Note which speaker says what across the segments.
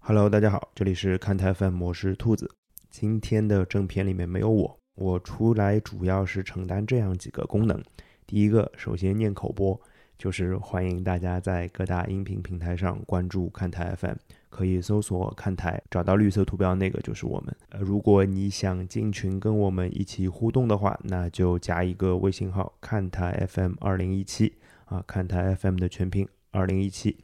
Speaker 1: Hello，大家好，这里是看台 FM，我是兔子。今天的正片里面没有我，我出来主要是承担这样几个功能。第一个，首先念口播，就是欢迎大家在各大音频平台上关注看台 FM，可以搜索看台，找到绿色图标那个就是我们。呃，如果你想进群跟我们一起互动的话，那就加一个微信号看台 FM 二零一七啊，看台 FM 的全拼二零一七。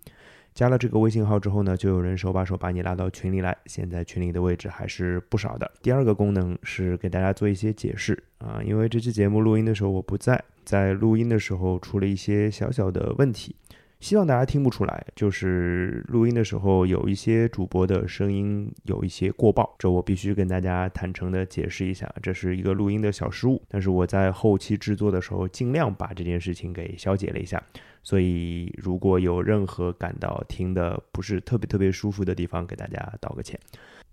Speaker 1: 加了这个微信号之后呢，就有人手把手把你拉到群里来。现在群里的位置还是不少的。第二个功能是给大家做一些解释啊，因为这期节目录音的时候我不在，在录音的时候出了一些小小的问题，希望大家听不出来。就是录音的时候有一些主播的声音有一些过曝，这我必须跟大家坦诚的解释一下，这是一个录音的小失误。但是我在后期制作的时候，尽量把这件事情给消解了一下。所以如果有任何感到听的不是特别特别舒服的地方，给大家道个歉。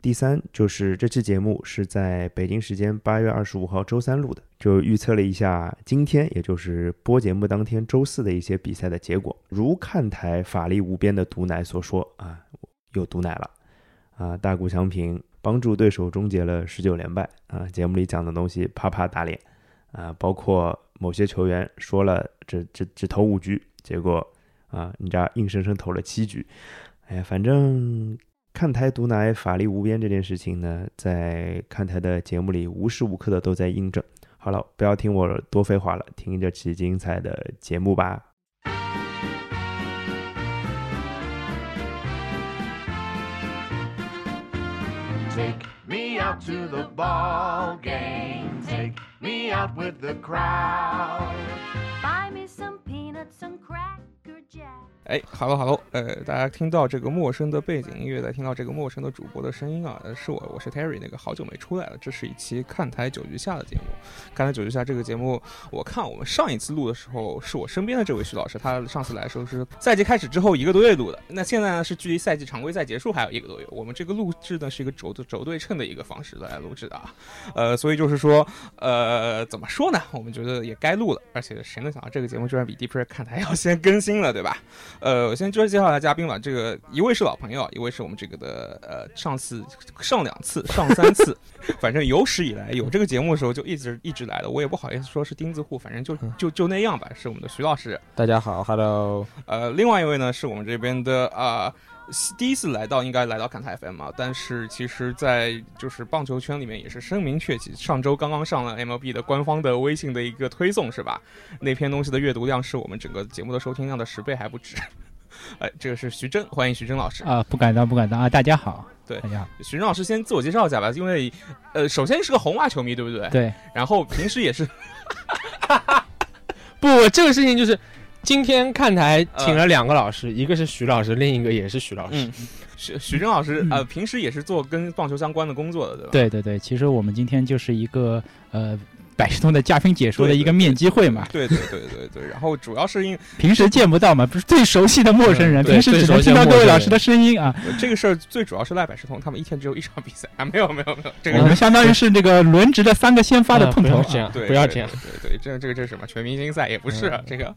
Speaker 1: 第三就是这期节目是在北京时间八月二十五号周三录的，就预测了一下今天，也就是播节目当天周四的一些比赛的结果。如看台法力无边的毒奶所说啊，又毒奶了啊！大谷翔平帮助对手终结了十九连败啊！节目里讲的东西啪啪打脸啊，包括某些球员说了只只只投五局，结果啊，人家硬生生投了七局。哎呀，反正看台毒奶法力无边这件事情呢，在看台的节目里无时无刻的都在印证。好了，不要听我多废话了，听这期精彩的节目吧。
Speaker 2: Take me out to the ball game. Take me out with the crowd.
Speaker 3: Buy me some peanuts and cracker jack.
Speaker 4: 哎哈喽哈喽，呃，大家听到这个陌生的背景音乐，再听到这个陌生的主播的声音啊，呃是我，我是 Terry，那个好久没出来了。这是一期看台九局下的节目。看台九局下这个节目，我看我们上一次录的时候，是我身边的这位徐老师，他上次来的时候是赛季开始之后一个多月录的。那现在呢，是距离赛季常规赛结束还有一个多月。我们这个录制呢是一个轴对轴对称的一个方式来录制的啊，呃，所以就是说，呃，怎么说呢？我们觉得也该录了，而且谁能想到这个节目居然比 d e e p r 看台要先更新了，对吧？呃，我先介绍一下嘉宾吧。这个一位是老朋友，一位是我们这个的呃上次上两次上三次，反正有史以来有这个节目的时候就一直一直来的。我也不好意思说是钉子户，反正就就就那样吧。是我们的徐老师。
Speaker 5: 大家好，Hello，
Speaker 4: 呃，另外一位呢是我们这边的啊。第一次来到应该来到看台 FM 啊，但是其实，在就是棒球圈里面也是声名鹊起。上周刚刚上了 MLB 的官方的微信的一个推送是吧？那篇东西的阅读量是我们整个节目的收听量的十倍还不止。 哎，这个是徐峥，欢迎徐峥老师。
Speaker 6: 啊，不敢当，不敢当啊！大家好，
Speaker 4: 对
Speaker 6: 大家好，
Speaker 4: 徐峥老师先自我介绍一下吧，因为呃，首先是个红袜球迷，对不对？
Speaker 5: 哎
Speaker 6: 对，
Speaker 4: 然后平时也是
Speaker 5: 不，这个事情就是今天看台请了两个老师，一个是徐老师，另一个也是徐老师。
Speaker 4: 嗯徐徐峥老师，
Speaker 6: 嗯
Speaker 4: 呃，平时也是做跟棒球相关的工作的，对吧？
Speaker 6: 对对对，其实我们今天就是一个呃百事通的嘉宾解说的
Speaker 4: 对
Speaker 6: 一个面基会嘛，
Speaker 4: 对对对对对，然后主要是因
Speaker 6: 平时见不到嘛，不是最熟悉的陌生人，
Speaker 5: 嗯对
Speaker 6: 平时只能听到各位老师的声音啊，
Speaker 4: 这个事儿最主要是赖百事通，他们一天只有一场比赛啊，没有没有没有，这个
Speaker 6: 我们相当于是那个轮值的三个先发的
Speaker 5: 啊
Speaker 6: 碰
Speaker 5: 不
Speaker 6: 头
Speaker 5: 要，这样，
Speaker 4: 对
Speaker 5: 不要这样。，嗯
Speaker 4: 对对对，这这个这是什么全明星赛也不是、啊这个。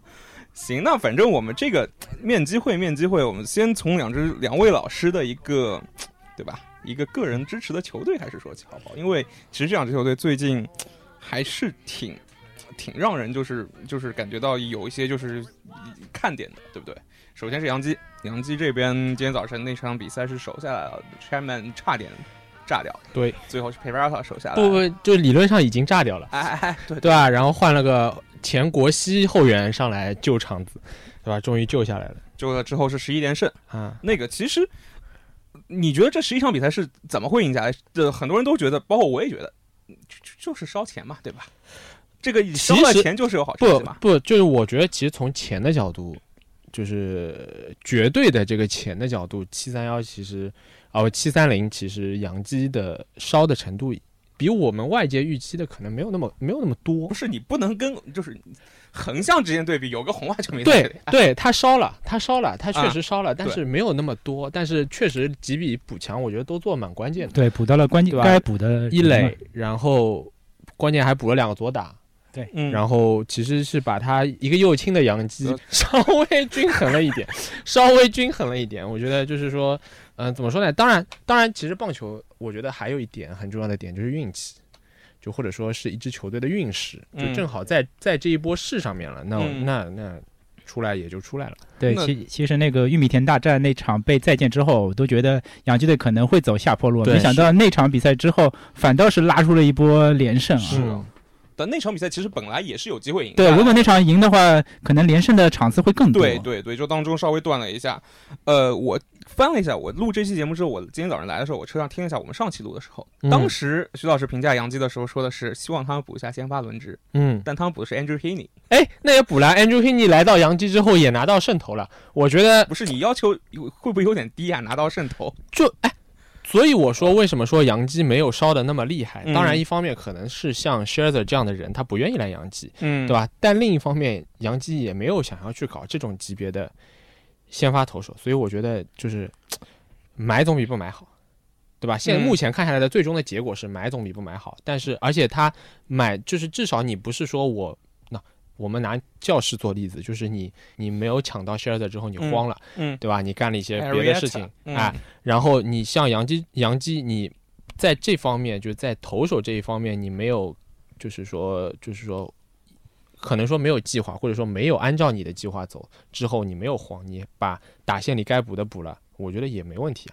Speaker 4: 行，那反正我们这个面基会面基会，我们先从两支两位老师的一个，对吧？一个个人支持的球队开始说起，好不好？因为其实这两支球队最近还是挺挺让人就是就是感觉到有一些就是看点的，对不对？首先是杨基，杨基这边今天早晨那场比赛是守下来了，Chapman 差点炸掉，
Speaker 5: 对，
Speaker 4: 最后是 p e r a t a 守下来，
Speaker 5: 不不，就理论上已经炸掉了，
Speaker 4: 哎哎哎，对
Speaker 5: 对吧？然后换了个前国西后援上来救场子，对吧？终于救下来了
Speaker 4: 救了之后是十一连胜。
Speaker 5: 啊！
Speaker 4: 那个其实，你觉得这十一场比赛是怎么会赢下来？这很多人都觉得，包括我也觉得，就就就是烧钱嘛，对吧？这个烧了
Speaker 5: 其实
Speaker 4: 钱就是有好成
Speaker 5: 不
Speaker 4: 绩嘛。
Speaker 5: 不，就是我觉得其实从钱的角度，就是绝对的这个钱的角度，七三幺其实哦七三零其实杨基的烧的程度。比我们外界预期的可能没有那么没有那么多
Speaker 4: 不，是你不能跟就是横向之间对比，有个红袜球迷在这
Speaker 5: 对
Speaker 4: 里哎
Speaker 5: 对，他烧了，他烧了，他
Speaker 4: 啊
Speaker 5: 确实烧了，但
Speaker 4: 对
Speaker 5: 是没有那么多，但是确实几笔补强，我觉得都做得蛮关键的。
Speaker 6: 对，补到了关键
Speaker 5: 对吧
Speaker 6: 该补的
Speaker 5: 一
Speaker 6: 人嘛
Speaker 5: 垒，然后关键还补了两个左打，
Speaker 4: 嗯，后
Speaker 5: 然后其实是把他一个右 倾的杨基
Speaker 4: 呃
Speaker 5: 稍微均衡了一点，稍微均衡了一点。我觉得就是说，嗯、怎么说呢？当然，当然，其实棒球我觉得还有一点很重要的点就是运气，就或者说是一支球队的运势，就
Speaker 4: 嗯
Speaker 5: 正好在在这一波势上面了。那、
Speaker 4: 嗯
Speaker 5: 那那出来也就出来了。
Speaker 6: 对，
Speaker 4: 那
Speaker 6: 其其实那个玉米田大战那场被再见之后，我都觉得洋基队可能会走下坡路，
Speaker 5: 对
Speaker 6: 没想到那场比赛之后，反倒是拉出了一波连胜啊。
Speaker 5: 嗯
Speaker 4: 但那场比赛其实本来也是有机会赢的。啊
Speaker 6: 对，如果那场赢的话，可能连胜的场次会更多。
Speaker 4: 对对对，就当中稍微断了一下。呃，我翻了一下，我录这期节目之后，我今天早上来的时候，我车上听了一下我们上期录的时候，
Speaker 5: 嗯
Speaker 4: 当时徐老师评价杨基的时候说的是希望他们补一下先发轮值，
Speaker 5: 嗯，
Speaker 4: 但他们补的是 Andrew Heaney，
Speaker 5: 哎，那也补了。Andrew Heaney 来到洋基之后也拿到胜投了，我觉得
Speaker 4: 不是你要求有会不会有点低啊？拿到胜投，
Speaker 5: 就哎，所以我说为什么说洋基没有烧的那么厉害？
Speaker 4: 嗯
Speaker 5: 当然，一方面可能是像 Scherzer 这样的人，他不愿意来洋基，
Speaker 4: 嗯
Speaker 5: 对？吧？但另一方面，洋基也没有想要去搞这种级别的先发投手，所以我觉得就是嘖买总比不买好，对吧？现在
Speaker 4: 嗯
Speaker 5: 目前看下来的最终的结果是买总比不买好，但是而且他买就是至少你不是说我那。我们拿教师做例子，就是你你没有抢到 Scherzer 之后你
Speaker 4: 嗯
Speaker 5: 慌了，
Speaker 4: 嗯，
Speaker 5: 对吧？你干了一些别的事情
Speaker 4: Arrieta，，嗯
Speaker 5: 哎，然后你像杨基，杨基你在这方面，就是在投手这一方面，你没有，就是说，就是说，可能说没有计划，或者说没有按照你的计划走，之后你没有慌，你把打线里该补的补了，我觉得也没问题啊。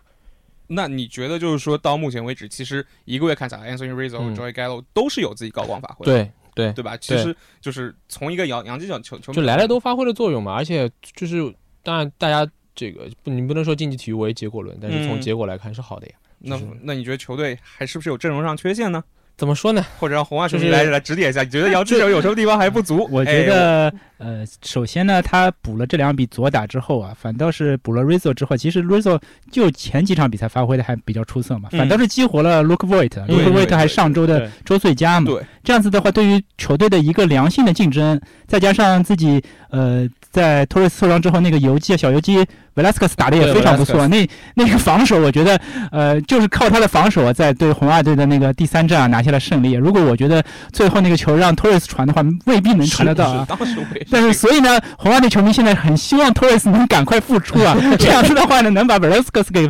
Speaker 4: 那你觉得就是说到目前为止，其实一个月看下来，Anthony Rizzo 和
Speaker 5: 嗯
Speaker 4: Joey Gallo 都是有自己高光发挥的，
Speaker 5: 对对，
Speaker 4: 对吧？其实就是从一个洋洋基角球球迷
Speaker 5: 就来了都发挥了作用嘛，而且就是当然大家。这个不，你不能说竞技体育为结果论，但是
Speaker 4: 嗯
Speaker 5: 从结果来看是好的呀。
Speaker 4: 那
Speaker 5: 就是
Speaker 4: 那你觉得球队还是不是有阵容上缺陷呢？
Speaker 5: 怎么说呢？
Speaker 4: 或者让红袜球迷
Speaker 5: 就是
Speaker 4: 来来指点一下，你觉得杨基角有什么地方还不足？
Speaker 6: 我
Speaker 5: 哎
Speaker 6: 觉得，呃，首先呢，他补了这两笔左打之后啊，反倒是补了 Rizzo 之后，其实 Rizzo 就前几场比赛发挥的还比较出色嘛，
Speaker 4: 嗯
Speaker 6: 反倒是激活了 Luke Voit，Luke
Speaker 5: 对
Speaker 6: Voit 还上周的
Speaker 5: 对
Speaker 6: 周最佳嘛，
Speaker 4: 对，
Speaker 6: 这样子的话，对于球队的一个良性的竞争，再加上自己呃在托雷斯受伤之后那个游击小游击维拉斯克斯打的也
Speaker 5: 对
Speaker 6: 非常不错，
Speaker 5: Velasquez
Speaker 6: 那那个防守我觉得呃就是靠他的防守啊，在对红袜队的那个第三战啊拿下了胜利。如果我觉得最后那个球让托雷斯传的话，未必能传得到啊。
Speaker 4: 当时我也
Speaker 6: 但是，所以呢，红袜队球迷现在很希望托雷斯能赶快复出啊，这样子的话呢，能把维拉斯克斯给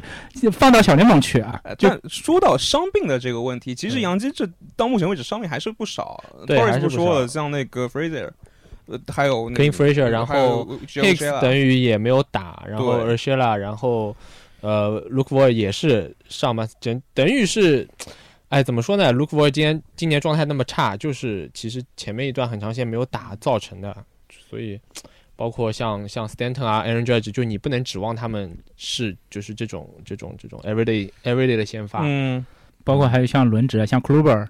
Speaker 6: 放到小联盟去啊
Speaker 4: 哎。
Speaker 6: 就
Speaker 4: 但说到伤病的这个问题，其实
Speaker 5: 嗯
Speaker 4: 杨基这到目前为止伤病还是不少。
Speaker 5: 对
Speaker 4: Torres
Speaker 5: 还是
Speaker 4: 不
Speaker 5: 不
Speaker 4: 说了，
Speaker 5: 少
Speaker 4: 像那个 Fraser，呃，还有那
Speaker 5: Clint
Speaker 4: 个
Speaker 5: Fraser，然
Speaker 4: 还有
Speaker 5: 后
Speaker 4: 啊
Speaker 5: Hicks 等于也没有打，然后
Speaker 4: 对
Speaker 5: r s h e l a 然后呃 Luke Voy 也是上半整，等于是，哎，怎么说呢？Luke Voy 今年今年状态那么差，就是其实前面一段很长时间没有打造成的，所以包括像像 Stanton 啊 Aaron Judge，就你不能指望他们是就是这种这种这种 everyday everyday 的先发，
Speaker 4: 嗯，
Speaker 6: 包括还有像轮值啊，像 Kluber，Kluber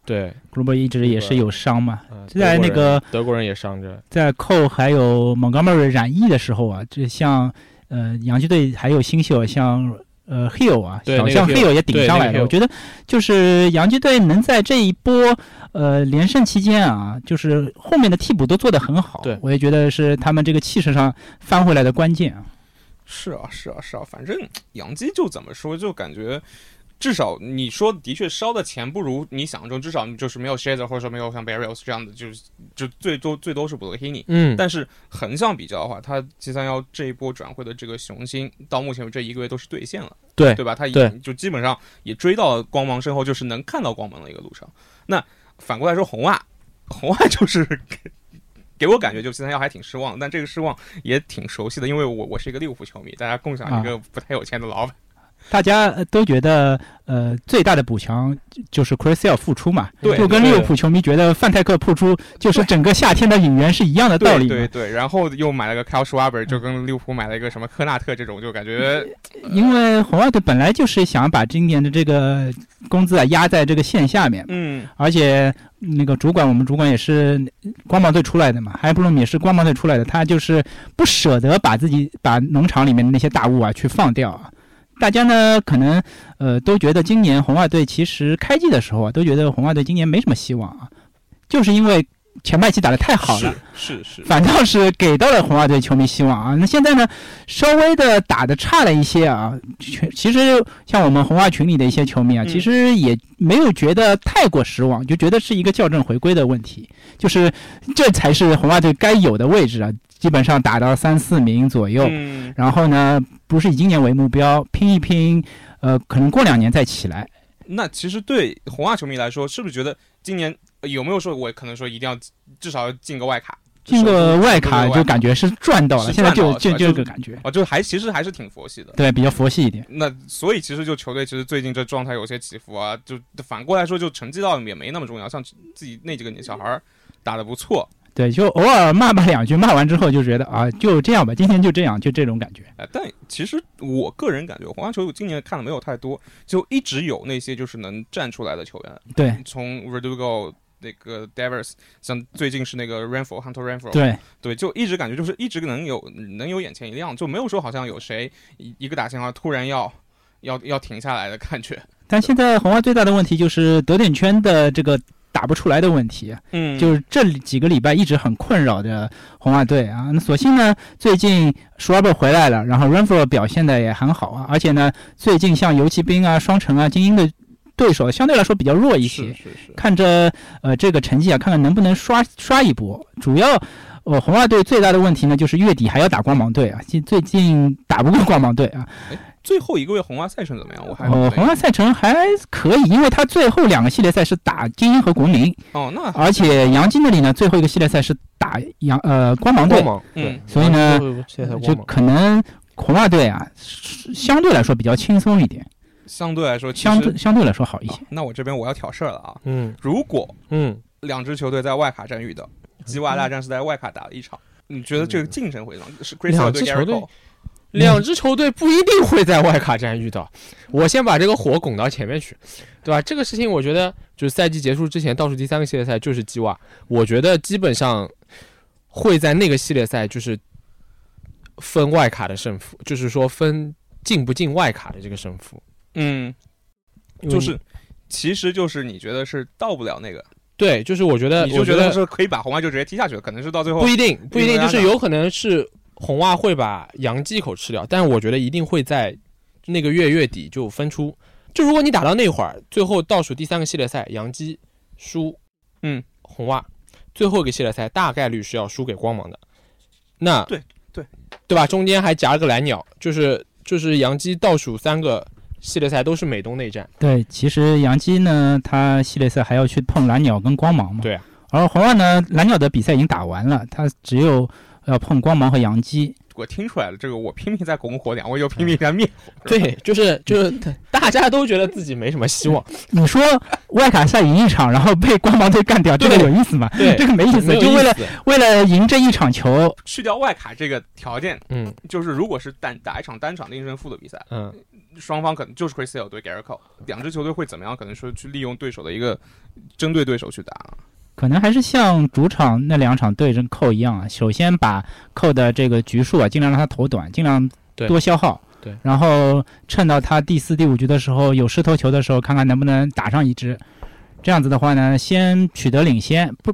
Speaker 5: 对，
Speaker 6: 一直也是有伤嘛，
Speaker 5: 嗯
Speaker 6: 就在那个
Speaker 5: 德国人也伤着，
Speaker 6: 在寇还有蒙哥马瑞染疫的时候啊，这像呃洋基队还有新秀像呃 Hill 啊，
Speaker 5: 对
Speaker 6: 小
Speaker 5: 那个
Speaker 6: 将
Speaker 5: Hill，
Speaker 6: Hill 也顶上来
Speaker 5: 对
Speaker 6: 了。
Speaker 5: 那个
Speaker 6: 我觉得就是洋基队能在这一波呃连胜期间啊，就是后面的替补都做得很好，
Speaker 5: 对
Speaker 6: 我也觉得是他们这个气势上翻回来的关键啊。
Speaker 4: 是啊，是啊，是啊，反正杨基就怎么说，就感觉。至少你说的确烧的钱不如你想象中，至少就是没有 Shader 或者说没有像 Barrios 这样的，就是就最多最多是补了 Hini，
Speaker 5: 嗯，
Speaker 4: 但是横向比较的话，它七三幺这一波转会的这个雄心，到目前为止这一个月都是兑现了，
Speaker 5: 对
Speaker 4: 对吧？它已
Speaker 5: 对
Speaker 4: 就基本上啊也追到光芒身后，就是能看到光芒的一个路上。那反过来说，红袜，红袜就是给给我感觉就七哎三幺还挺失望，但这个失望也挺熟悉的，因为我我是一个利物浦球迷，大家共享一
Speaker 5: 啊
Speaker 4: 个不太有钱的老板，
Speaker 6: 大家呃都觉得，呃，最大的补强就是 Chris Sale 复出嘛，
Speaker 4: 对
Speaker 6: 就跟
Speaker 5: 对
Speaker 6: 利物浦球迷觉得范泰克复出就是整个夏天的引援是一样的道理
Speaker 4: 对
Speaker 6: 嘛。
Speaker 4: 对对，然后又买了个 Kyle Schwarber，就跟利物浦买了一个什么科纳特这种，就感觉
Speaker 6: 因为红袜队本来就是想把今年的这个工资啊压在这个线下面，
Speaker 4: 嗯
Speaker 6: 而且那个主管，我们主管也是光芒队出来的嘛，海布隆也是光芒队出来的，他就是不舍得把自己把农场里面的那些大物啊去放掉啊。大家呢可能呃都觉得今年红袜队其实开季的时候啊，都觉得红袜队今年没什么希望啊，就是因为前半期打得太好了，
Speaker 4: 是是是，
Speaker 6: 反倒是给到了红袜队球迷希望啊。那现在呢，稍微的打的差了一些啊。群其实像我们红袜群里的一些球迷啊，
Speaker 4: 嗯
Speaker 6: 其实也没有觉得太过失望，就觉得是一个校正回归的问题，就是这才是红袜队该有的位置啊。基本上打到三四名左右，
Speaker 4: 嗯
Speaker 6: 然后呢，不是以今年为目标，拼一拼，呃，可能过两年再起来。
Speaker 4: 那其实对红袜球迷来说，是不是觉得今年呃有没有说我可能说一定要至少进个外卡，
Speaker 6: 进个外
Speaker 4: 首
Speaker 6: 卡
Speaker 4: 度
Speaker 6: 就感觉是赚到了，
Speaker 4: 是
Speaker 6: 现在
Speaker 4: 赚到
Speaker 6: 就
Speaker 4: 了
Speaker 6: 就是
Speaker 4: 吧
Speaker 6: 就
Speaker 4: 就
Speaker 6: 这个感觉，
Speaker 4: 啊，就还其实还是挺佛系的。
Speaker 6: 对，比较佛系一点。
Speaker 4: 那所以其实就球队其实最近这状态有些起伏啊，就反过来说，就成绩到底也没那么重要。像自己那几个小孩儿打得不错，
Speaker 6: 对，就偶尔骂骂两句，骂完之后就觉得啊，就这样吧，今天就这样，就这种感觉。
Speaker 4: 哎，但其实我个人感觉，红花球今年看的没有太多，就一直有那些就是能站出来的球员，
Speaker 6: 对
Speaker 4: 从 Verdugo 那个 Devers，像最近是那个 Renfro Hunter Renfro，
Speaker 6: 对，
Speaker 4: 对，就一直感觉就是一直能有能有眼前一亮，就没有说好像有谁一一个打信号突然要要要停下来的感觉。
Speaker 6: 但现在红袜最大的问题就是得点圈的这个打不出来的问题，
Speaker 4: 嗯
Speaker 6: 就是这几个礼拜一直很困扰着红袜队啊。那所幸呢，最近 s c h w a b e r 回来了，然后 r a n f o r 表现的也很好啊，而且呢，最近像游骑兵啊、双城啊、精英的对手相对来说比较弱一些
Speaker 4: 是，是是，
Speaker 6: 看着呃这个成绩啊，看看能不能刷刷一波。主要呃红袜队最大的问题呢，就是月底还要打光芒队啊，近最近打不过光芒队啊。
Speaker 4: 最后一个月红袜赛程怎么样？我还
Speaker 6: 呃，
Speaker 4: 没
Speaker 6: 红袜赛程还可以，因为他最后两个系列赛是打精英和国民，
Speaker 4: 哦，
Speaker 5: 啊
Speaker 4: 那
Speaker 6: 而且杨金那里呢最后一个系列赛是打杨呃光芒队
Speaker 5: 光，芒，
Speaker 4: 嗯
Speaker 5: 对，
Speaker 6: 所以呢
Speaker 5: 嗯，现在才
Speaker 6: 就
Speaker 5: 光芒，
Speaker 6: 可能红袜队啊是相对来说比较轻松一点，
Speaker 4: 相对来说，其
Speaker 6: 相
Speaker 4: 实
Speaker 6: 对相对来说好一
Speaker 4: 啊
Speaker 6: 些。
Speaker 4: 那我这边我要挑事儿了啊！
Speaker 5: 嗯
Speaker 4: 如果
Speaker 5: 嗯，
Speaker 4: 两支球队在外卡战遇到，吉瓦大战是在外卡打了一场，你觉得这个竞争会怎么样？是 Chris
Speaker 5: 两
Speaker 4: Paul
Speaker 5: 支
Speaker 4: 对 g a r
Speaker 5: 球
Speaker 4: r
Speaker 5: 队
Speaker 4: Cole，
Speaker 5: 两支球队不一定会在外卡站遇到，我先把这个火拱到前面去，对吧？这个事情我觉得就是赛季结束之前倒数第三个系列赛就是鸡袜，我觉得基本上会在那个系列赛就是分外卡的胜负，就是说分进不进外卡的这个胜负，
Speaker 4: 嗯，
Speaker 5: 因为
Speaker 4: 就
Speaker 5: 你
Speaker 4: 是，其实就是你觉得是到不了那个，
Speaker 5: 对，就是我觉得
Speaker 4: 你就
Speaker 5: 呃我
Speaker 4: 觉
Speaker 5: 觉
Speaker 4: 得
Speaker 5: 得
Speaker 4: 是可以把红袜就直接踢下去的，可能是到最后
Speaker 5: 不一定，不一定，
Speaker 4: 拉
Speaker 5: 就是
Speaker 4: 倒
Speaker 5: 有可能是红袜会把杨基一口吃掉，但是我觉得一定会在那个月月底就分出。就如果你打到那会儿，最后倒数第三个系列赛，杨基输，
Speaker 4: 嗯，
Speaker 5: 红袜最后一个系列赛大概率是要输给光芒的。那
Speaker 4: 对对
Speaker 5: 对吧？中间还夹了个蓝鸟，就是就是杨基倒数三个系列赛都是美东内战，
Speaker 6: 对，其实杨基呢，他系列赛还要去碰蓝鸟跟光芒嘛。
Speaker 5: 对啊。
Speaker 6: 而红袜呢，蓝鸟的比赛已经打完了，他只有要碰光芒和杨基。
Speaker 4: 我听出来了，这个我拼命在拱火，两位又拼命在灭火。
Speaker 5: 嗯对，就是就是大家都觉得自己没什么希望，
Speaker 6: 你说外卡赛赢一场，然后被光芒队干掉，这
Speaker 5: 对
Speaker 6: 个有意思吗？
Speaker 5: 对
Speaker 6: 这个没意
Speaker 5: 没
Speaker 6: 思，
Speaker 5: 有
Speaker 6: 就
Speaker 5: 意
Speaker 6: 为了
Speaker 5: 思
Speaker 6: 为了赢这一场球，
Speaker 4: 去掉外卡这个条件，
Speaker 5: 嗯
Speaker 4: 就是如果是单打一场单场定胜负的比赛，
Speaker 5: 嗯
Speaker 4: 双方可能就是 Chris Sale 对 g a r r Cole，两支球队会怎么样？可能说去利用对手的一个针对对手去打啊。
Speaker 6: 可能还是像主场那两场对阵扣一样啊，首先把扣的这个局数啊，尽量让他投短，尽量
Speaker 5: 对
Speaker 6: 多消耗。
Speaker 5: 对
Speaker 6: 然后趁到他第四、第五局的时候有势头球的时候，看看能不能打上一支。这样子的话呢，先取得领先，不，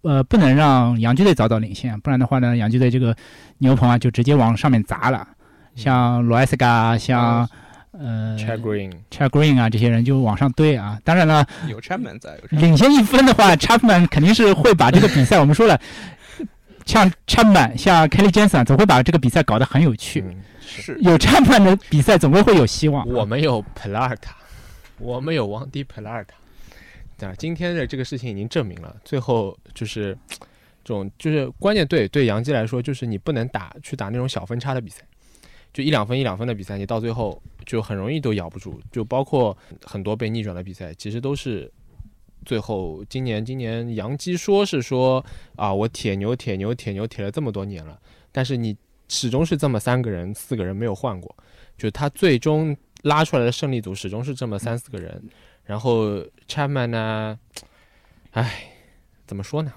Speaker 6: 呃，不能让洋基队早早领先，啊不然的话呢，洋基队这个牛棚啊就直接往上面砸了，像嗯罗埃斯卡，像呃
Speaker 5: c h a Green。
Speaker 6: c h a Green 啊这些人就往上堆啊。当然了，
Speaker 4: 有 Chapman 在，有 Chapman
Speaker 6: 领先一分的话，Chapman 肯定是会把这个比赛，我们说了， 像 Chapman、像 Kelly Jensen 啊总会把这个比赛搞得很有趣。
Speaker 5: 嗯
Speaker 4: 是
Speaker 6: 有 Chapman 的比赛总归会有希望。
Speaker 5: 我们有普拉尔塔，我们有王迪普拉尔塔。对啊，今天的这个事情已经证明了，最后就是这种就是关键对对杨基来说，就是你不能打去打那种小分差的比赛，就一两分一两分的比赛，你到最后就很容易都咬不住。就包括很多被逆转的比赛，其实都是最后今年今年杨基说是说啊，我铁牛铁牛铁牛铁了这么多年了，但是你始终是这么三个人四个人没有换过，就他最终拉出来的胜利组始终是这么三四个人，然后 Chapman 呢，唉，怎么说呢？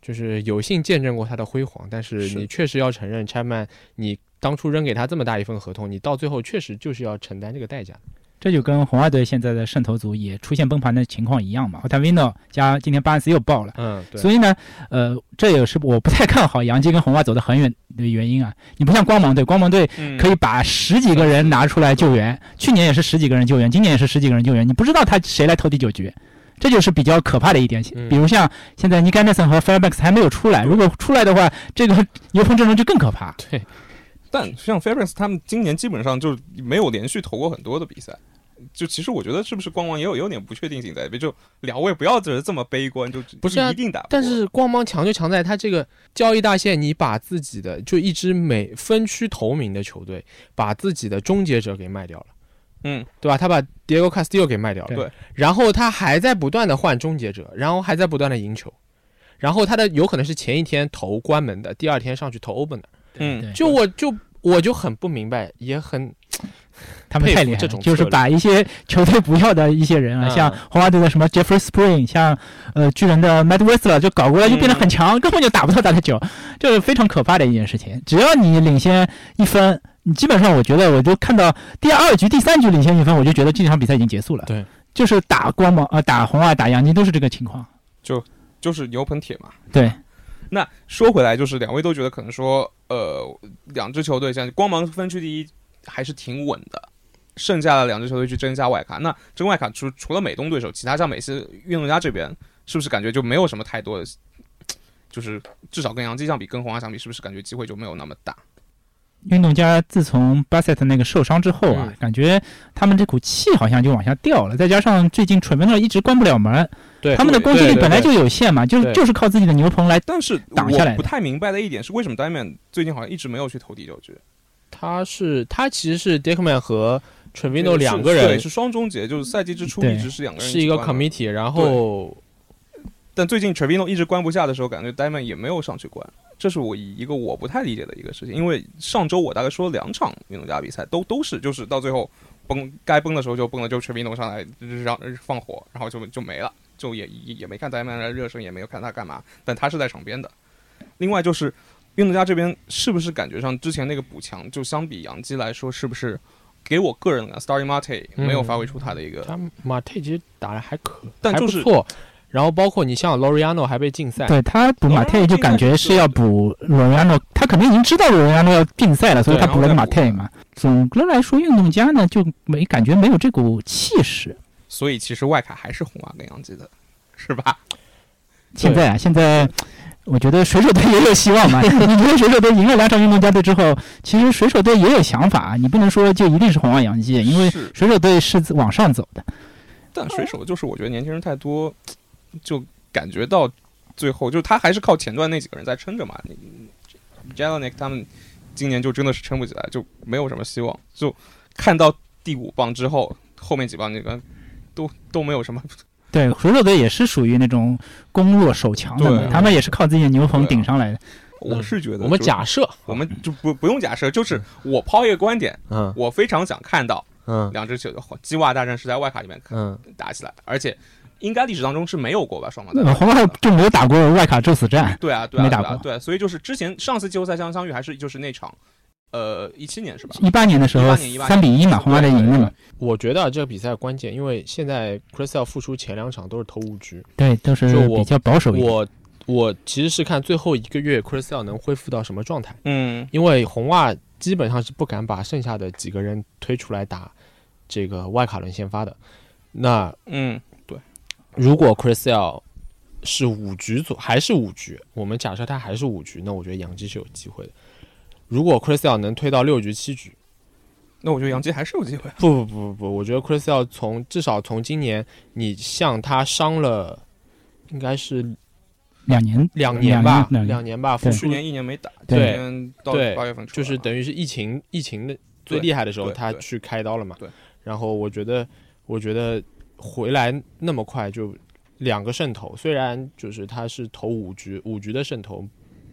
Speaker 5: 就是有幸见证过他的辉煌，但是
Speaker 4: 是
Speaker 5: 你确实要承认，Chapman，你当初扔给他这么大一份合同，你到最后确实就是要承担这个代价的。
Speaker 6: 这就跟红袜队现在的渗透组也出现崩盘的情况一样嘛。o t a v i n o 加今天巴恩斯又爆了。
Speaker 5: 嗯，对。
Speaker 6: 所以呢，呃，这也是我不太看好杨基跟红袜走得很远的原因啊。你不像光芒队，光芒队
Speaker 4: 嗯
Speaker 6: 可以把十几个人拿出来救援，去年也是十几个人救援，今年也是十几个人救援，你不知道他谁来投第九局，这就是比较可怕的一点
Speaker 5: 嗯。
Speaker 6: 比如像现在尼甘德森和 Fairbanks 还没有出来，如果出来的话，这个牛棚阵容就更可怕。
Speaker 4: 但像 Fairbanks 他们今年基本上就没有连续投过很多的比赛。就其实我觉得是不是光芒也有有点不确定性在里边，就两位不要就是这么悲观，就
Speaker 5: 不是啊
Speaker 4: 一定打不过。
Speaker 5: 但是光芒强就强在它这个交易大线，你把自己的就一支美分区头名的球队，把自己的终结者给卖掉了，
Speaker 4: 嗯，
Speaker 5: 对吧？他把 Diego Castillo 给卖掉了，
Speaker 4: 对，
Speaker 5: 然后他还在不断的换终结者，然后还在不断的赢球，然后他的有可能是前一天投关门的，第二天上去投 open 的，
Speaker 4: 嗯
Speaker 6: 对
Speaker 5: 就我就我就很不明白，也很
Speaker 6: 他们
Speaker 5: 佩
Speaker 6: 太
Speaker 5: 服
Speaker 6: 厉害
Speaker 5: 这
Speaker 6: 了
Speaker 5: 种，
Speaker 6: 就是
Speaker 5: 策略
Speaker 6: 把一些球队不要的一些人啊，
Speaker 5: 嗯
Speaker 6: 像红袜队的什么 Jeffrey Spring，像呃巨人的 Matt Westler 就搞过来，就变得很强，根本就打不到他的球， 这是非常可怕的一件事情。只要你领先一分，你基本上我觉得我就看到第二局、第三局领先一分，我就觉得这场比赛已经结束了。
Speaker 5: 对，
Speaker 6: 就是打光芒呃打红袜、打洋基都是这个情况。
Speaker 4: 就是牛棚铁嘛。
Speaker 6: 对，
Speaker 4: 那说回来，就是两位都觉得可能说，呃，两支球队像光芒分区第一还是挺稳的，剩下的两支球队去争一下外卡。那争外卡除除了美东对手，其他像美西运动家这边，是不是感觉就没有什么太多的，就是至少跟洋基相比，跟红花相比，是不是感觉机会就没有那么大？
Speaker 6: 运动家自从巴塞特那个受伤之后啊，
Speaker 5: 嗯
Speaker 6: 感觉他们这股气好像就往下掉了。再加上最近蠢门诺一直关不了门，
Speaker 5: 对
Speaker 6: 他们的攻击
Speaker 5: 对
Speaker 6: 力
Speaker 5: 对
Speaker 6: 本来就有限嘛，就是
Speaker 5: 对
Speaker 6: 就是靠自己的牛棚来。
Speaker 4: 但是
Speaker 6: 挡下来
Speaker 4: 我不太明白的一点是，为什么 Diamond 最近好像一直没有去投第九局？
Speaker 5: 他是他其实是 Dickman 和 Trevino
Speaker 4: 是
Speaker 5: 两个
Speaker 4: 对
Speaker 5: 人
Speaker 4: 是双终结，就是赛季之初
Speaker 6: 对
Speaker 4: 一直是两个人
Speaker 5: 是一
Speaker 4: 起
Speaker 5: 个
Speaker 4: 关的
Speaker 5: committee，然后。
Speaker 4: 但最近 Trevino 一直关不下的时候，感觉 Diamond 也没有上去关，这是我一个我不太理解的一个事情。因为上周我大概说了两场运动家比赛，都都是就是到最后崩该崩的时候就崩了，就 Trevino 上来就是让放火，然后就就没了，就也也也没看 Diamond 的热身，也没有看他干嘛，但他是在场边的。另外就是运动家这边是不是感觉上之前那个补强，就相比杨基来说，是不是给我个人啊 Starry Marte 没有发挥出他的一个，
Speaker 5: 他马特其实打的还可，
Speaker 4: 但就
Speaker 5: 还
Speaker 4: 是
Speaker 5: 不错。然后包括你像 Loriano 还被禁赛，
Speaker 6: 对他补马
Speaker 4: 哦
Speaker 6: 特就感觉是要补罗瑞安诺，他肯定已经知道罗瑞安诺要并赛了，所以
Speaker 4: 对
Speaker 6: 他补了个
Speaker 4: 然后
Speaker 6: 马
Speaker 4: 再补
Speaker 6: 特嘛。总的来说，运动家呢就没感觉没有这股气势。
Speaker 4: 所以其实外卡还是红袜啊跟杨基的，是吧？
Speaker 6: 现在啊，现在我觉得水手队也有希望嘛。你觉得水手队赢了两场运动家队之后，其实水手队也有想法，啊你不能说就一定是红袜洋基，因为
Speaker 4: 是
Speaker 6: 水手队是往上走的。
Speaker 4: 但水手就是我觉得年轻人太多，就感觉到最后就是他还是靠前段那几个人在撑着嘛。你 j a l e n i c 他们今年就真的是撑不起来，就没有什么希望。就看到第五棒之后，后面几棒那个都都没有什么。
Speaker 6: 对，水手队也是属于那种攻弱守强的嘛
Speaker 4: 对，
Speaker 6: 他们也是靠自己的牛棚
Speaker 4: 对啊
Speaker 6: 顶上来的。
Speaker 4: 我是觉得
Speaker 5: 嗯我们
Speaker 4: 就
Speaker 5: 假设，
Speaker 4: 我们就不不用假设，就是我抛一个观点，
Speaker 5: 嗯
Speaker 4: 我非常想看到
Speaker 5: 嗯
Speaker 4: 两支球队基袜大战是在外卡里面
Speaker 5: 嗯，
Speaker 4: 打起来，而且应该历史当中是没有过吧？双方在
Speaker 6: 呃，红袜就没有打过外卡宙死战，
Speaker 4: 对啊，对啊，
Speaker 6: 没
Speaker 4: 对
Speaker 6: 打
Speaker 4: 啊，
Speaker 6: 过
Speaker 4: 对啊所以就是之前上次季后赛相相遇还是就是那场，呃，一七年是吧？
Speaker 6: 一八年的时候
Speaker 4: 18年18
Speaker 6: 三比一嘛，
Speaker 4: 对
Speaker 6: 红袜队赢了嘛，
Speaker 5: 我觉得啊这个比赛关键，因为现在 c r i s t e l 复出前两场都是投五局，
Speaker 6: 对，都
Speaker 5: 就是我
Speaker 6: 比较保守一点。
Speaker 5: 我我其实是看最后一个月 c r i s t e l 能恢复到什么状态，
Speaker 4: 嗯，
Speaker 5: 因为红袜基本上是不敢把剩下的几个人推出来打这个外卡轮先发的。那
Speaker 4: 嗯，
Speaker 5: 如果 c r i s t e l 是五局左，还是五局？我们假设他还是五局，那我觉得杨基是有机会的。如果 c r i s t e l 能推到六局、七局，
Speaker 4: 那我觉得杨基还是有机会。
Speaker 5: 不不不不不，我觉得 Chris 要从至少从今年，你像他伤了，应该是
Speaker 6: 两年，
Speaker 5: 两年吧，
Speaker 6: 两年两年
Speaker 5: 两年吧，复
Speaker 6: 对
Speaker 5: 出
Speaker 4: 去年一年没打，今
Speaker 6: 对
Speaker 4: 年到
Speaker 5: 对
Speaker 4: 八月份出来
Speaker 5: 就
Speaker 4: 了
Speaker 5: 是等于是疫情疫情的最
Speaker 4: 对
Speaker 5: 厉害的时候，
Speaker 4: 对
Speaker 5: 他
Speaker 4: 对
Speaker 5: 去开刀了嘛。
Speaker 4: 对。
Speaker 5: 然后我觉得，我觉得回来那么快就两个胜投，虽然就是他是投五局，五局的胜投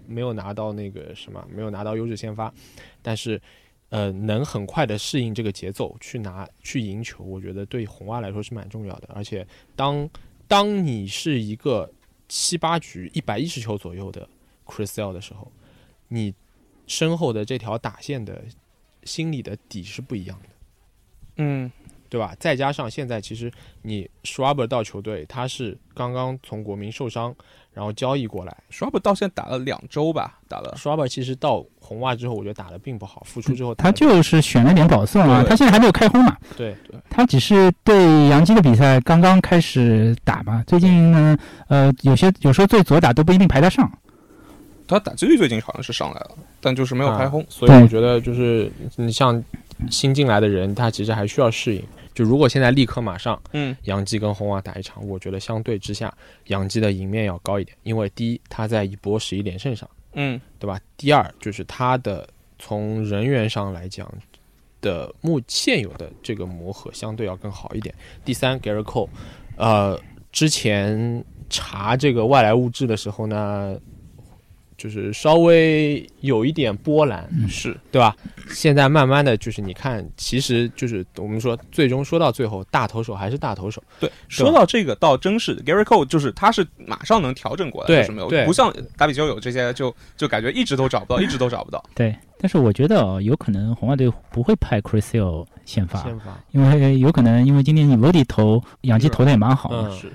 Speaker 5: 没有拿到那个什么，没有拿到优质先发，但是呃，能很快的适应这个节奏去拿去赢球，我觉得对红袜来说是蛮重要的。而且当当你是一个七八局一百一十球左右的 Chris Sale 的时候，你身后的这条打线的心理的底是不一样的，
Speaker 4: 嗯，
Speaker 5: 对吧？再加上现在其实你 Schwaber 到球队，他是刚刚从国民受伤，然后交易过来。
Speaker 4: s h r a b 到现在打了两周吧，打了
Speaker 5: Schwaber 其实到红袜之后，我觉得打得并不好，复出之后打
Speaker 6: 他
Speaker 5: 得
Speaker 6: 就是选了点保送啊，
Speaker 4: 对
Speaker 6: 他现在还没有开轰嘛，
Speaker 5: 对
Speaker 6: 他只是对杨基的比赛刚刚开始打嘛，最近呢，呃，有些有时候对左打都不一定排得上。
Speaker 4: 它打击率最近好像是上来了，但就是没有开轰。
Speaker 5: 啊所以我
Speaker 6: 对
Speaker 5: 觉得就是你像新进来的人，他其实还需要适应。就如果现在立刻马上
Speaker 4: 嗯，
Speaker 5: 杨基跟红袜打一场，我觉得相对之下，杨基的赢面要高一点，因为第一，他在一波十一连胜上，
Speaker 4: 嗯，
Speaker 5: 对吧？第二，就是他的从人员上来讲的目现有的这个磨合相对要更好一点。第三，Gary Cole，呃，之前查这个外来物质的时候呢，就是稍微有一点波澜，
Speaker 4: 是
Speaker 5: 对吧？现在慢慢的就是你看，其实就是我们说最终说到最后，大投手还是大投手，
Speaker 4: 对。说到这个，倒真是 Gary Cole，就是他是马上能调整过来，
Speaker 5: 对
Speaker 4: 就是没有，
Speaker 5: 对
Speaker 4: 不像打比丘有这些，就就感觉一直都找不到，一直都找不到。
Speaker 6: 对，但是我觉得哦，有可能红袜队不会派 Chris Hill 先发，
Speaker 5: 先发，
Speaker 6: 因为有可能因为今天你 Vody 投养鸡
Speaker 4: 是
Speaker 6: 投的也蛮好的，
Speaker 5: 嗯，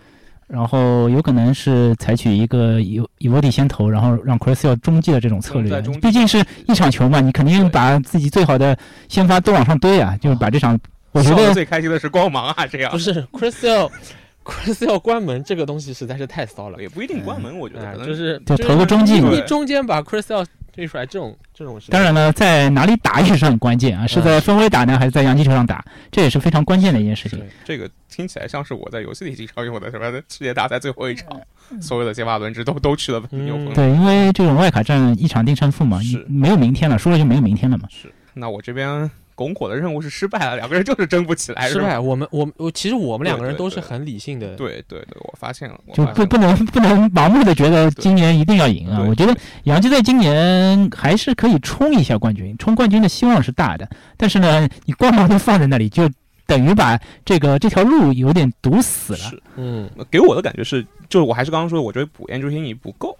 Speaker 6: 然后有可能是采取一个以以沃蒂先投，然后让 c r i s i l 中继的这种策
Speaker 4: 在
Speaker 6: 略
Speaker 4: 中继。
Speaker 6: 毕竟是一场球嘛，你肯定把自己最好的先发都往上堆啊，就是把这场。我觉
Speaker 4: 笑得
Speaker 6: 得
Speaker 4: 最开心的是光芒啊，这样
Speaker 5: 不是 Chris Hill，Chris Hill 关门这个东西实在是太骚了，
Speaker 4: 也不一定关门，我觉得
Speaker 5: 哎
Speaker 4: 可能
Speaker 5: 就是
Speaker 6: 就投个中继
Speaker 5: 你
Speaker 6: 嘛
Speaker 5: 你中间把 Chris Hill 推出来，这种这种事，
Speaker 6: 当然了，在哪里打也是很关键啊，是在分位打呢，还是在洋基球上打，这也是非常关键的一件事情。
Speaker 5: 对
Speaker 4: 这个听起来像是我在游戏里经常用的什么世界大赛最后一
Speaker 6: 嗯
Speaker 4: 场，所有的先发轮值都都去了牛
Speaker 5: 嗯
Speaker 4: 棚。
Speaker 6: 对，因为这种外卡战一场定胜负嘛，
Speaker 4: 是
Speaker 6: 你没有明天了，输了就没有明天了嘛。
Speaker 4: 是，那我这边拱火的任务是失败了，两个人就是争不起来，
Speaker 5: 失
Speaker 4: 是吧？
Speaker 5: 败。我们我们我其实我们两个人
Speaker 4: 对对
Speaker 5: 都是
Speaker 4: 对
Speaker 5: 很理性的，
Speaker 4: 对对对，我发现了，我
Speaker 6: 就
Speaker 4: 发
Speaker 6: 不
Speaker 4: 现
Speaker 6: 不
Speaker 4: 了。
Speaker 6: 能不能盲目的觉得今年一定要赢啊！
Speaker 4: 对
Speaker 6: 我觉得洋基队今年还是可以冲一下冠军，冲冠军的希望是大的。但是呢，你光芒都放在那里，就等于把这个这条路有点堵死了。
Speaker 4: 是，
Speaker 5: 嗯，
Speaker 4: 给我的感觉是，就是我还是刚刚说的，我觉得补 Andrew Heaney 不够，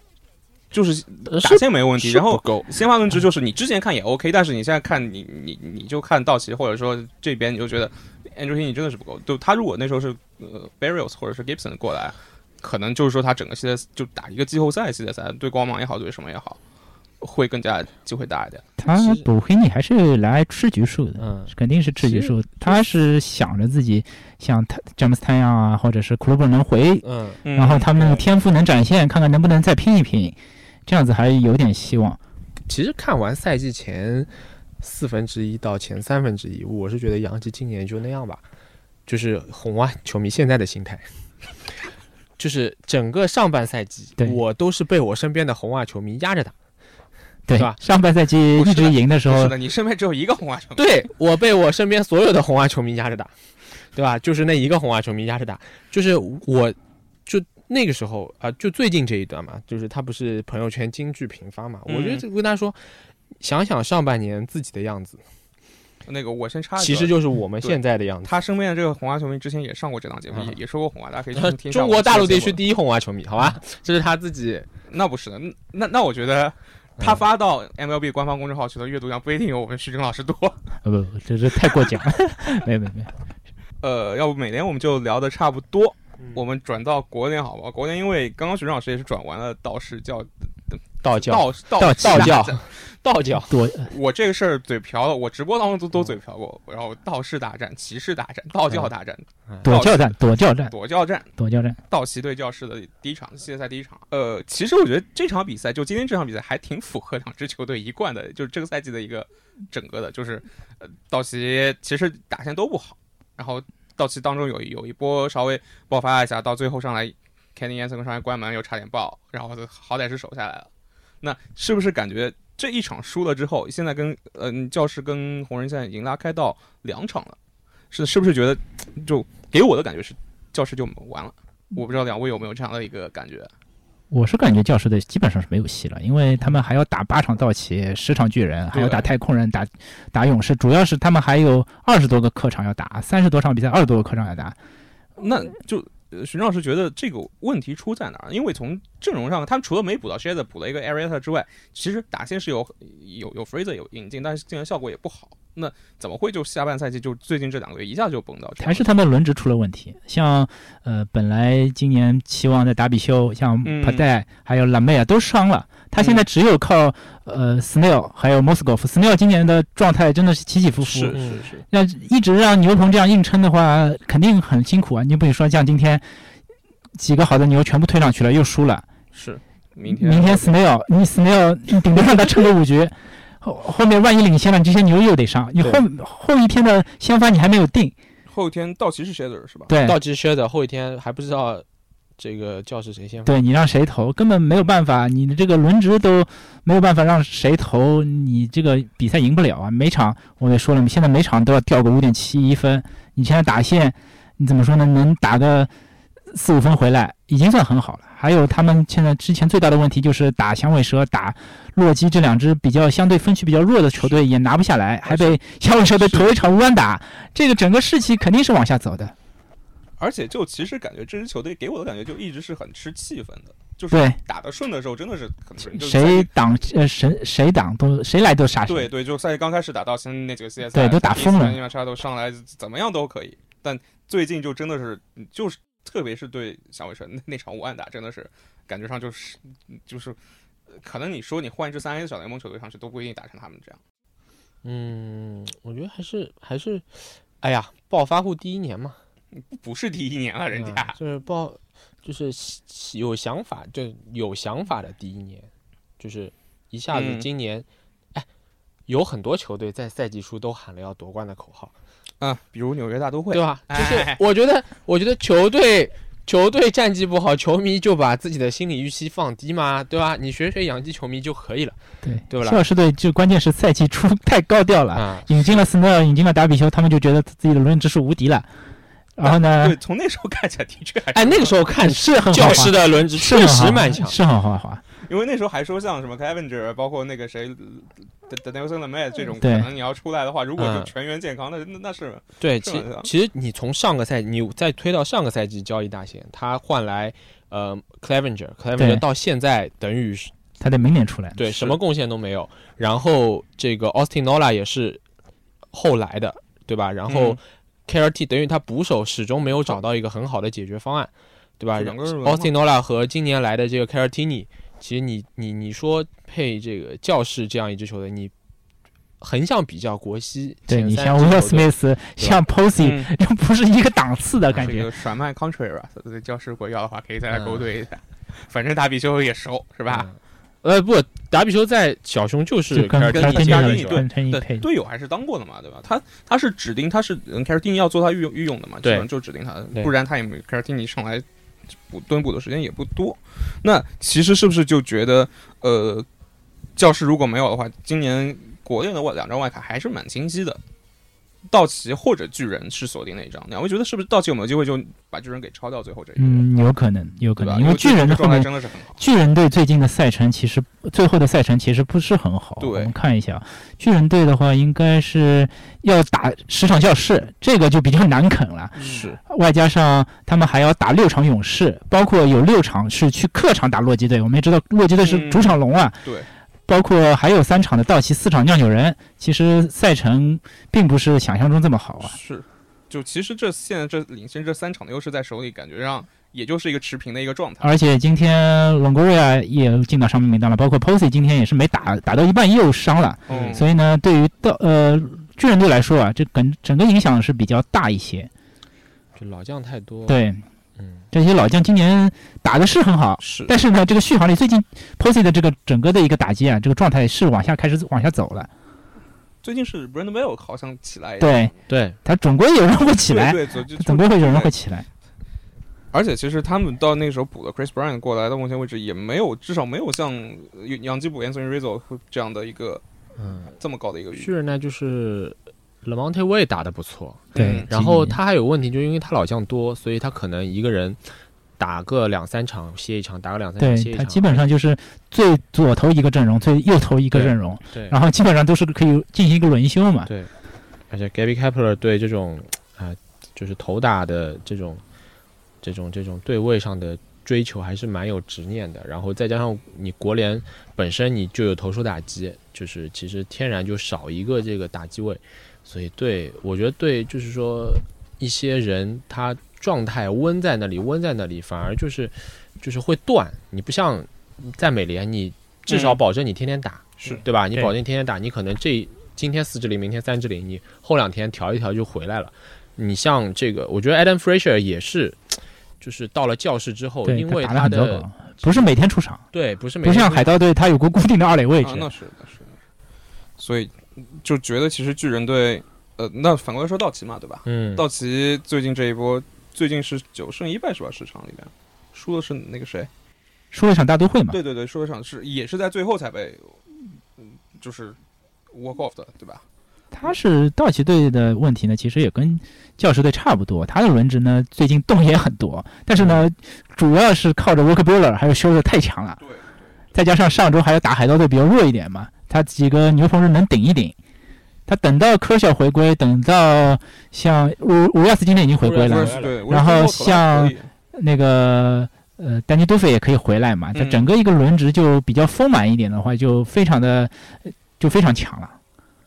Speaker 4: 就是打
Speaker 5: 呃是
Speaker 4: 线没问题，
Speaker 5: 是
Speaker 4: 然后
Speaker 5: 不够嗯
Speaker 4: 先发轮值就是你之前看也 OK，但是你现在看你你你就看道奇，或者说这边你就觉得 Andrew Heaney 真的是不够。就他如果那时候是呃 Barrios 或者是 Gibson 过来，可能就是说他整个系列就打一个季后赛系列赛，对光芒也好，对什么也好，会更加机会大一点。
Speaker 6: 他补黑你还是来吃局数的，
Speaker 5: 嗯，
Speaker 6: 肯定是吃局数。他是想着自己像他詹姆斯太阳啊，或者是库鲁伯能回，
Speaker 5: 嗯，
Speaker 4: 嗯
Speaker 6: 然后他们的天赋能展现，看看能不能再拼一拼，这样子还有点希望。
Speaker 5: 其实看完赛季前四分之一到前三分之一，我是觉得杨基今年就那样吧，就是红袜球迷现在的心态， 就是整个上半赛季
Speaker 6: 对
Speaker 5: 我都是被我身边的红袜球迷压着打，
Speaker 6: 对
Speaker 5: 是吧，
Speaker 6: 上半赛季
Speaker 4: 不是
Speaker 6: 一直
Speaker 4: 的
Speaker 6: 赢的时
Speaker 4: 不
Speaker 6: 候
Speaker 4: 是，的，你身边只有一个红袜球迷，
Speaker 5: 对我被我身边所有的红袜球迷压着打，对吧？就是那一个红袜球迷压着打，就是我就那个时候啊、就最近这一段嘛，就是他不是朋友圈金句频发嘛，我就
Speaker 4: 嗯
Speaker 5: 就跟他说，想想上半年自己的样子，
Speaker 4: 那个我先插一句啊，
Speaker 5: 其实就是我们
Speaker 4: 对
Speaker 5: 现在的样子。
Speaker 4: 他身边的这个红袜球迷之前也上过这档节目，也
Speaker 5: 嗯
Speaker 4: 也说过红袜，大家可以去
Speaker 5: 他
Speaker 4: 听一下
Speaker 5: 呃中
Speaker 4: 我
Speaker 5: 国
Speaker 4: 们
Speaker 5: 大
Speaker 4: 之
Speaker 5: 陆
Speaker 4: 前
Speaker 5: 地
Speaker 4: 的
Speaker 5: 区
Speaker 4: 节目
Speaker 5: 第一红袜球迷，好吧，这是他自己。
Speaker 4: 那不是的，嗯那那我觉
Speaker 5: 嗯
Speaker 4: 得他发到 MLB 官方公众号去的阅读量不一定有我们徐峥老师多。
Speaker 6: 呃不，不这这太过奖了， 没有没有 没有，
Speaker 4: 呃，要不每年我们就聊的差不多，
Speaker 5: 嗯
Speaker 4: 我们转到国联好不好？国联因为刚刚徐峥老师也是转完了道士教
Speaker 5: 道教，
Speaker 4: 道道
Speaker 6: 道
Speaker 4: 士
Speaker 5: 道 教
Speaker 4: 大战，
Speaker 5: 道教，
Speaker 6: 多
Speaker 4: 我这个事儿嘴瓢了，我直播当中都
Speaker 5: 嗯
Speaker 4: 都嘴瓢过，然后道士大战、骑士大战、道教大战、
Speaker 6: 躲教战，躲教战，
Speaker 4: 躲教战。
Speaker 6: 躲教战，
Speaker 4: 道奇对教室的第一场系列赛第一场，呃，其实我觉得这场比赛就今天这场比赛还挺符合两支球队一贯的，就是这个赛季的一个整个的，就是呃，道奇其实打线都不好，然后道奇当中有有一波稍微爆发一下，到最后上来 Kenny y a n s e n 上来关门又差点爆，然后好歹是守下来了，那是不是感觉这一场输了之后，现在跟嗯、教室跟红人现在已经拉开到两场了，是是不是觉得就给我的感觉是教室就完了？我不知道两位有没有这样的一个感觉？
Speaker 6: 我是感觉教师队基本上是没有戏了，因为他们还要打八场道奇，十场巨人，还要打太空人，打打勇士，主要是他们还有二十多个客场要打，三十多场比赛，二十多个客场要打，
Speaker 4: 那就呃徐老师觉得这个问题出在哪儿？因为从阵容上，他们除了没补到 s h a d 补了一个 Arietta 之外，其实打线是有有有 Fraser 有引进，但是进来效果也不好。那怎么会就下半赛季就最近这两个月一下就崩到这样？
Speaker 6: 还是他们轮值出了问题。像呃，本来今年期望的达比修，像
Speaker 4: 嗯
Speaker 6: 帕代、还有拉梅尔都伤了，他现在只有靠、呃 Snell 还有 Moskov，Snell 今年的状态真的是起起伏伏，
Speaker 4: 是
Speaker 5: 嗯
Speaker 4: 是是，
Speaker 6: 那一直让牛棚这样硬撑的话，肯定很辛苦啊！你不许说像今天几个好的牛全部推上去了，又输了，
Speaker 4: 是明天
Speaker 6: 明天 Snail 你 Snail 你顶多让他撑个五局，后后面万一领先了，你这些牛又得上，你后后一天的先发你还没有定，
Speaker 4: 后天道奇是 Shader 是吧？
Speaker 6: 对
Speaker 5: 道奇 s h 后一天还不知道这个教室谁先发。
Speaker 6: 对你让谁投根本没有办法，你的这个轮值都没有办法让谁投，你这个比赛赢不了啊！每场我也说了，现在每场都要掉个五点七一分，你现在打线你怎么说呢？能打个四五分回来已经算很好了。还有他们现在之前最大的问题就是打响尾蛇、打洛基这两支比较相对分区比较弱的球队也拿不下来，还被响尾蛇队头一场无安打，这个整个士气肯定是往下走的。
Speaker 4: 而且就其实感觉这支球队给我的感觉就一直是很吃气氛的，就是
Speaker 6: 对
Speaker 4: 打得顺的时候真的是很顺，就是
Speaker 6: 谁
Speaker 4: 在
Speaker 6: 挡呃谁谁挡都谁来都杀谁。
Speaker 4: 对对，就赛季刚开始打到现在那几个 CS，
Speaker 6: 对都打疯了
Speaker 4: 因为差都上来怎么样都可以，但最近就真的是就是特别是对响尾蛇那那场五安打真的是感觉上就是就是。可能你说你换一支三 A 的小联盟球队上去都不一定打成他们这样，
Speaker 5: 嗯，我觉得还是还是，哎呀，暴发户第一年嘛，
Speaker 4: 不是第一年了，人
Speaker 5: 嗯
Speaker 4: 家
Speaker 5: 就是暴，就是喜喜有想法，就有想法的第一年，就是一下子
Speaker 4: 嗯
Speaker 5: 今年，哎，有很多球队在赛季初都喊了要夺冠的口号，
Speaker 4: 啊，比如纽约大都会
Speaker 5: 对啊吧？就是
Speaker 4: 哎
Speaker 5: 我觉得，我觉得球队球队战绩不好，球迷就把自己的心理预期放低嘛，对吧？你学学洋基球迷就可以了
Speaker 6: 对，
Speaker 5: 对不啦
Speaker 6: 谢老师队就关键是赛季初太高调了，
Speaker 5: 啊。
Speaker 6: 引进了 Snell，引进了达比修，他们就觉得自己的轮值数无敌了。然后呢
Speaker 4: 对，，从那时候看起来的确还是
Speaker 5: 哎，那个时候看
Speaker 6: 是很豪
Speaker 5: 教师
Speaker 6: 华，
Speaker 5: 的轮值
Speaker 6: 是
Speaker 5: 确
Speaker 6: 很
Speaker 5: 实
Speaker 6: 豪
Speaker 5: 蛮强，
Speaker 6: 是很豪华。
Speaker 4: 因为那时候还说像什么 Cavenger，包括那个谁的的 Nelson Lamette 这种，可
Speaker 6: 对
Speaker 4: 能你要出来的话，如果
Speaker 5: 嗯
Speaker 4: 是全员健康，那那那是
Speaker 5: 对，
Speaker 4: 是
Speaker 5: 其
Speaker 4: 吧
Speaker 5: 其实你从上个赛季，你再推到上个赛季交易大限，他换来呃 Clavenger，Clavenger
Speaker 6: 对
Speaker 5: 到现在等于是
Speaker 6: 他得明年出来，
Speaker 5: 对
Speaker 4: 是
Speaker 5: 什么贡献都没有。然后这个 Austin Nola 也是后来的，对吧？然后
Speaker 4: 嗯
Speaker 5: KRT 等于他捕手始终没有找到一个很好的解决方案，对吧？然
Speaker 4: 两个人轮
Speaker 5: Austin Nola 和今年来的这个 Caratini，其实你你你说配这个教士这样一支球队，你横向比较国西
Speaker 6: 对
Speaker 5: 前
Speaker 6: 你
Speaker 5: 三
Speaker 6: 像
Speaker 5: 支
Speaker 6: Will
Speaker 5: 球队
Speaker 6: Smith，像 Posey，
Speaker 4: 嗯
Speaker 6: 这不是一个档次的感
Speaker 4: 这
Speaker 6: 觉
Speaker 4: 个。甩卖 Country 吧，对，教师如果要的话，可以再来
Speaker 5: 嗯
Speaker 4: 勾兑一下。反正打比修也熟，是吧？
Speaker 5: 嗯呃，不，达比修在小熊就是
Speaker 6: 就跟
Speaker 5: 凯尔特
Speaker 4: 跟
Speaker 5: 人
Speaker 4: 凯尔特
Speaker 5: 的
Speaker 4: 人
Speaker 5: 球啊
Speaker 4: 对
Speaker 5: 员
Speaker 6: 跟陈一
Speaker 4: 对，
Speaker 6: 配，
Speaker 4: 队友还是当过的嘛，对吧？他他是指定他是嗯 c a r t i n 要做他御用御用的嘛，
Speaker 5: 对
Speaker 4: 基本就指定他的
Speaker 5: 对，
Speaker 4: 不然他也没 c a r t i n 上来补蹲补的时间也不多。那其实是不是就觉得呃，教师如果没有的话，今年国内的外两张外卡还是蛮清晰的。道奇或者巨人是锁定那一张，两位觉得是不是道奇有没有机会就把巨人给超掉最后这一轮，
Speaker 6: 嗯，有可能，有可
Speaker 4: 对吧？
Speaker 6: 能，因为巨人
Speaker 4: 的
Speaker 6: 的后
Speaker 4: 状态
Speaker 6: 面
Speaker 4: 真的是很好，
Speaker 6: 巨人队最近的赛程其实最后的赛程其实不是很好，
Speaker 4: 对
Speaker 6: 我们看一下，巨人队的话应该是要打十场教室，这个就比较难啃了。
Speaker 5: 嗯
Speaker 4: 是
Speaker 6: 外加上他们还要打六场勇士，包括有六场是去客场打洛基队，我们也知道洛基队是
Speaker 4: 嗯
Speaker 6: 主场龙啊，
Speaker 4: 对，
Speaker 6: 包括还有三场的道奇，四场酿酒人，其实赛程并不是想象中这么好啊。
Speaker 4: 是，就其实这现在这领先这三场的优势在手里，感觉上也就是一个持平的一个状态。
Speaker 6: 而且今天longoria 也进到伤病名单了，包括 Posey 今天也是没打，打到一半又伤了。
Speaker 5: 嗯
Speaker 6: 所以呢，对于到呃巨人队来说啊，这整整个影响是比较大一些。
Speaker 5: 就老将太多，，
Speaker 6: 对，
Speaker 5: 嗯，
Speaker 6: 这些老将今年打的是很好，
Speaker 4: 是
Speaker 6: 但是呢，这个续航力最近 Posey 的这个整个的一个打击啊，这个状态是往下开始往下走了。
Speaker 4: 最近是 Brand Bell 好像起
Speaker 5: 哎
Speaker 4: 来，
Speaker 6: 对
Speaker 5: 对，
Speaker 6: 他总归有人会起来，
Speaker 4: 对，对就就
Speaker 6: 总归会有人会起来。
Speaker 4: 而且其实他们到那个时候补了 Chris Bryant 过来，到目前为止也没有，至少没有像呃杨基补 Anthony Rizzo 这样的一个
Speaker 5: 嗯，
Speaker 4: 这么高的一个预
Speaker 5: 巨人呢就是 Lamonte Way 打得不错，
Speaker 6: 对，
Speaker 5: 嗯然后
Speaker 6: 今年
Speaker 5: 他还有问题，就因为他老将多，所以他可能一个人打个两三场歇一场，打个两三场歇
Speaker 6: 对
Speaker 5: 一
Speaker 6: 他
Speaker 5: 场，
Speaker 6: 基本上就是最左投一个阵容，最右投一个
Speaker 5: 对
Speaker 6: 阵容，
Speaker 5: 对
Speaker 6: 然后基本上都是可以进行一个轮休嘛。
Speaker 5: 对，而且 Gabby Kepler 对这种啊、就是投打的这种这种这种对位上的追求还是蛮有执念的。然后再加上你国联本身你就有投手打击，就是其实天然就少一个这个打击位，所以对我觉得对，就是说一些人他状态温在那里，温在那里反而就是就是会断。你不像在美联，你至少
Speaker 4: 嗯
Speaker 5: 保证你天天打，
Speaker 4: 是
Speaker 5: 对吧？你
Speaker 6: 对
Speaker 5: 保证天天打，你可能这今天四支零，明天三支零，你后两天调一调就回来了。你像这个，我觉得 Adam Fraser 也是，就是到了教室之后，
Speaker 6: 对，
Speaker 5: 因为
Speaker 6: 他打得很糟
Speaker 5: 的
Speaker 6: 糕，不是每天出场，
Speaker 5: 对，不是每
Speaker 6: 不像
Speaker 5: 天
Speaker 6: 海盗队他有个固定的二垒位
Speaker 4: 啊
Speaker 6: 置，。
Speaker 4: 那是那是，所以就觉得其实巨人队，呃，那反过来说道奇嘛，对吧？
Speaker 5: 嗯，
Speaker 4: 道奇最近这一波，最近是九胜一败是吧？市场里边输的是那个谁？
Speaker 6: 输了一场大都会嘛，
Speaker 4: 对对对，说一场是也是在最后才被，嗯，就是 walk off 的，对吧？
Speaker 6: 他是道奇队的问题呢，其实也跟教师队差不多。他的轮值呢，最近动也很多，但是呢，主要是靠着 w a l k e b u l l e r 还有修的太强了，
Speaker 4: 对，
Speaker 6: 再加上上周还要打海盗队比较弱一点嘛，他几个牛棚是能顶一顶。他等到科肖回归，等到像伍伍亚斯今天已经回归
Speaker 5: 对
Speaker 6: 了
Speaker 5: 伍
Speaker 4: 威
Speaker 5: 亚
Speaker 4: 尔
Speaker 5: 斯，
Speaker 4: 士对，
Speaker 6: 然后
Speaker 4: 威尔士后头来可以
Speaker 6: 那个呃丹尼杜菲也可以回来嘛，他
Speaker 4: 嗯
Speaker 6: 整个一个轮值就比较丰满一点的话，就非常的呃就非常强了。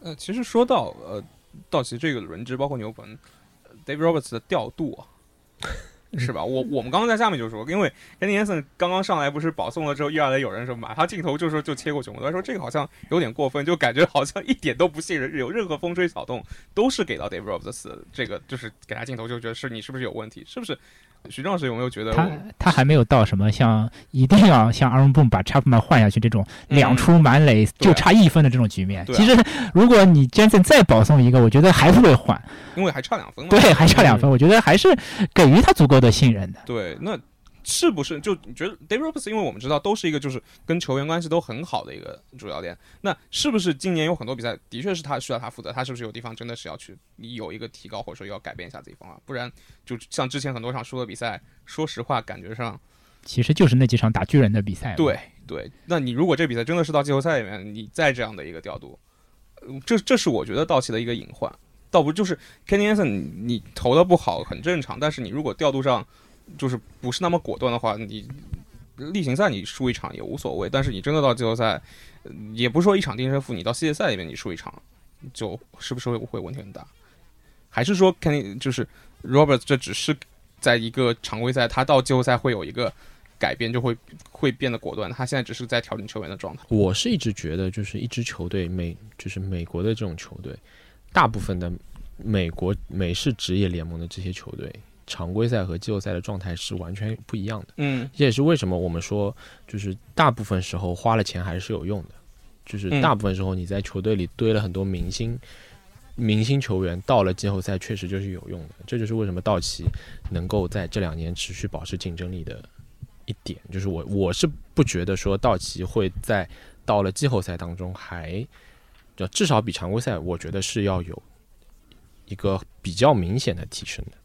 Speaker 4: 呃，其实说到呃，道奇这个轮值，包括牛棚呃，Dave Roberts 的调度啊，是吧？我我们刚刚在下面就说，因为 Andy Anson 刚刚上来不是保送了之后，一二垒有人说马他镜头就说就切过去，我在说这个好像有点过分，就感觉好像一点都不信任，有任何风吹草动都是给到 Dave Roberts 的这个，就是给他镜头就觉得是你是不是有问题，是不是？徐壮士有没有觉得
Speaker 6: 他
Speaker 4: 我
Speaker 6: 他还没有到什么像一定要像阿隆布把查普曼换下去这种
Speaker 4: 嗯
Speaker 6: 两出满垒就
Speaker 4: 对
Speaker 6: 差一分的这种局面。
Speaker 4: 对啊
Speaker 6: 其实如果你 Jensen 再保送一个，我觉得还不会换，
Speaker 4: 因为还差两分嘛？
Speaker 6: 对，还
Speaker 4: 嗯
Speaker 6: 差两分，我觉得还是给予他足够的信任的。
Speaker 4: 对，那是不是就你觉得 Dave Roberts，因为我们知道都是一个就是跟球员关系都很好的一个主教练，那是不是今年有很多比赛的确是他需要他负责，他是不是有地方真的是要去有一个提高，或者说要改变一下自己方法，不然就像之前很多场输的比赛，说实话感觉上
Speaker 6: 其实就是那几场打巨人的比赛。
Speaker 4: 对，对，那你如果这比赛真的是到季后赛里面，你再这样的一个调度，呃这这是我觉得道奇的一个隐患。倒不就是 Kenny Anson，你你投的不好很正常，但是你如果调度上就是不是那么果断的话，你例行赛你输一场也无所谓，但是你真的到季后赛，呃也不是说一场定胜负，你到系列赛里面你输一场，就是不是会会问题很大？还是说 Kenny 就是 Roberts 这只是在一个常规赛，他到季后赛会有一个改变，就会会变得果断。他现在只是在调整球员的状态。
Speaker 5: 我是一直觉得，就是一支球队美，就是美国的这种球队，大部分的美国美式职业联盟的这些球队，常规赛和季后赛的状态是完全不一样的。
Speaker 4: 嗯
Speaker 5: 这也是为什么我们说，就是大部分时候花了钱还是有用的，就是
Speaker 4: 嗯
Speaker 5: 大部分时候你在球队里堆了很多明星，明星球员到了季后赛确实就是有用的，这就是为什么道奇能够在这两年持续保持竞争力的一点，就是我我是不觉得说道奇会在到了季后赛当中还，就至少比常规赛，我觉得是要有一个比较明显的提升的。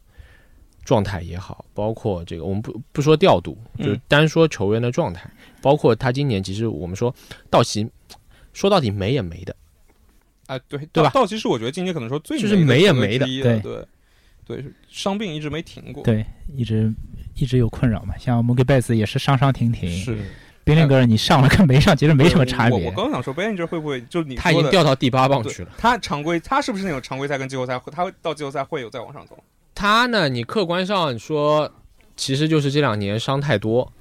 Speaker 5: 状态也好，包括这个，我们不不说调度，
Speaker 4: 嗯
Speaker 5: 就是单说球员的状态，包括他今年其实我们说道奇，说到底没也没的，
Speaker 4: 啊，对
Speaker 5: 对吧
Speaker 4: 道道奇是我觉得今年可能说最
Speaker 5: 就是
Speaker 4: 没
Speaker 5: 没也
Speaker 4: 球队
Speaker 5: 没
Speaker 4: 之
Speaker 5: 的
Speaker 4: 一了对对，是伤病一直没停过。
Speaker 6: 对，一直一直有困扰嘛。像 m o o g i b e t s 也是上上停停，
Speaker 4: 是
Speaker 6: 宾利格尔你上了跟没上其实没什么
Speaker 4: 对
Speaker 6: 差
Speaker 4: 我
Speaker 6: 别
Speaker 4: 我。刚想说 b a n g e r 会不会就你
Speaker 5: 他已经
Speaker 4: 说的
Speaker 5: 掉到第八棒
Speaker 4: 对
Speaker 5: 去了。
Speaker 4: 他常规他是不是那种常规赛跟季后赛会他会到季后赛会有再往上走？
Speaker 5: 他呢，你客观上说，其实就是这两年伤太多，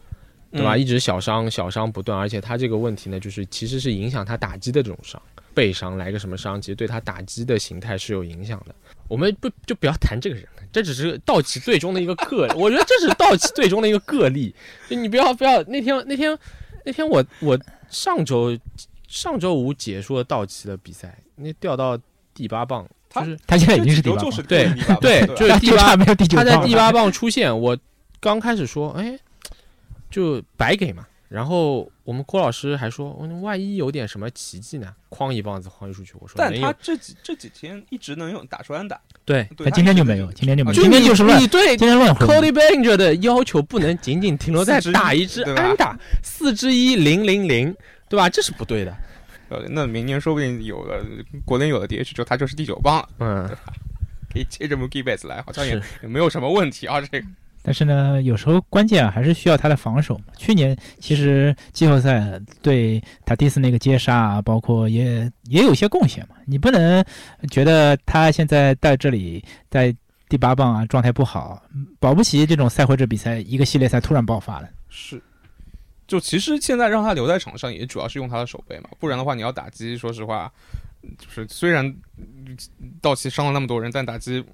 Speaker 5: 对吧？
Speaker 4: 嗯
Speaker 5: 一直小伤小伤不断，而且他这个问题呢，就是其实是影响他打击的这种伤，背伤来个什么伤，其实对他打击的形态是有影响的。我们不就不要谈这个人了，这只是道奇最终的一个个，我觉得这是道奇最终的一个个例。就你不要不要，那天那天那天我我上周上周五解说道奇的比赛，那掉到第八棒，
Speaker 4: 他
Speaker 5: 就是
Speaker 6: 他现在
Speaker 4: 这
Speaker 6: 已经是
Speaker 4: 几
Speaker 6: 第
Speaker 4: 周
Speaker 6: 八
Speaker 4: 就
Speaker 6: 棒了
Speaker 4: 是
Speaker 5: 对
Speaker 4: 第八棒
Speaker 5: 对
Speaker 4: 吧
Speaker 5: 就
Speaker 6: 他
Speaker 5: 是第
Speaker 6: 就
Speaker 5: 八
Speaker 6: 差没有第九
Speaker 5: 他
Speaker 6: 棒了。
Speaker 5: 在第八棒出现，我刚开始说，哎，就白给嘛。然后我们郭老师还说，嗯万一有点什么奇迹呢？哐一棒子哐一出去，我说
Speaker 4: 但
Speaker 5: 能
Speaker 4: 他
Speaker 5: 有
Speaker 4: 这几这几天一直能有打出安打，
Speaker 5: 对，
Speaker 4: 对啊
Speaker 6: 他今天就没有，今天就没有，今天
Speaker 5: 你
Speaker 6: 就是乱，
Speaker 5: 你对
Speaker 6: 今天乱回。
Speaker 5: Cody Bellinger 的要求不能仅仅停留在
Speaker 4: 四之一
Speaker 5: 打一支
Speaker 4: 对吧
Speaker 5: 安打，四之一零零零，对吧？这是不对的。
Speaker 4: 呃，那明年说不定有了国内有了 DH 之后，他就是第九棒了，
Speaker 5: 嗯，
Speaker 4: 可以接着 Mookie Betts 来，好像也
Speaker 5: 是
Speaker 4: 也 没有什么问题啊。这个
Speaker 6: 但是呢，有时候关键啊还是需要他的防守嘛。去年其实季后赛对塔蒂斯那个接杀啊，包括也也有一些贡献嘛。你不能觉得他现在在这里在第八棒啊状态不好，保不齐这种赛会制比赛一个系列赛突然爆发了。
Speaker 4: 是，就其实现在让他留在场上，也主要是用他的手背嘛，不然的话你要打击，说实话，就是虽然嗯道奇伤了那么多人，但打击。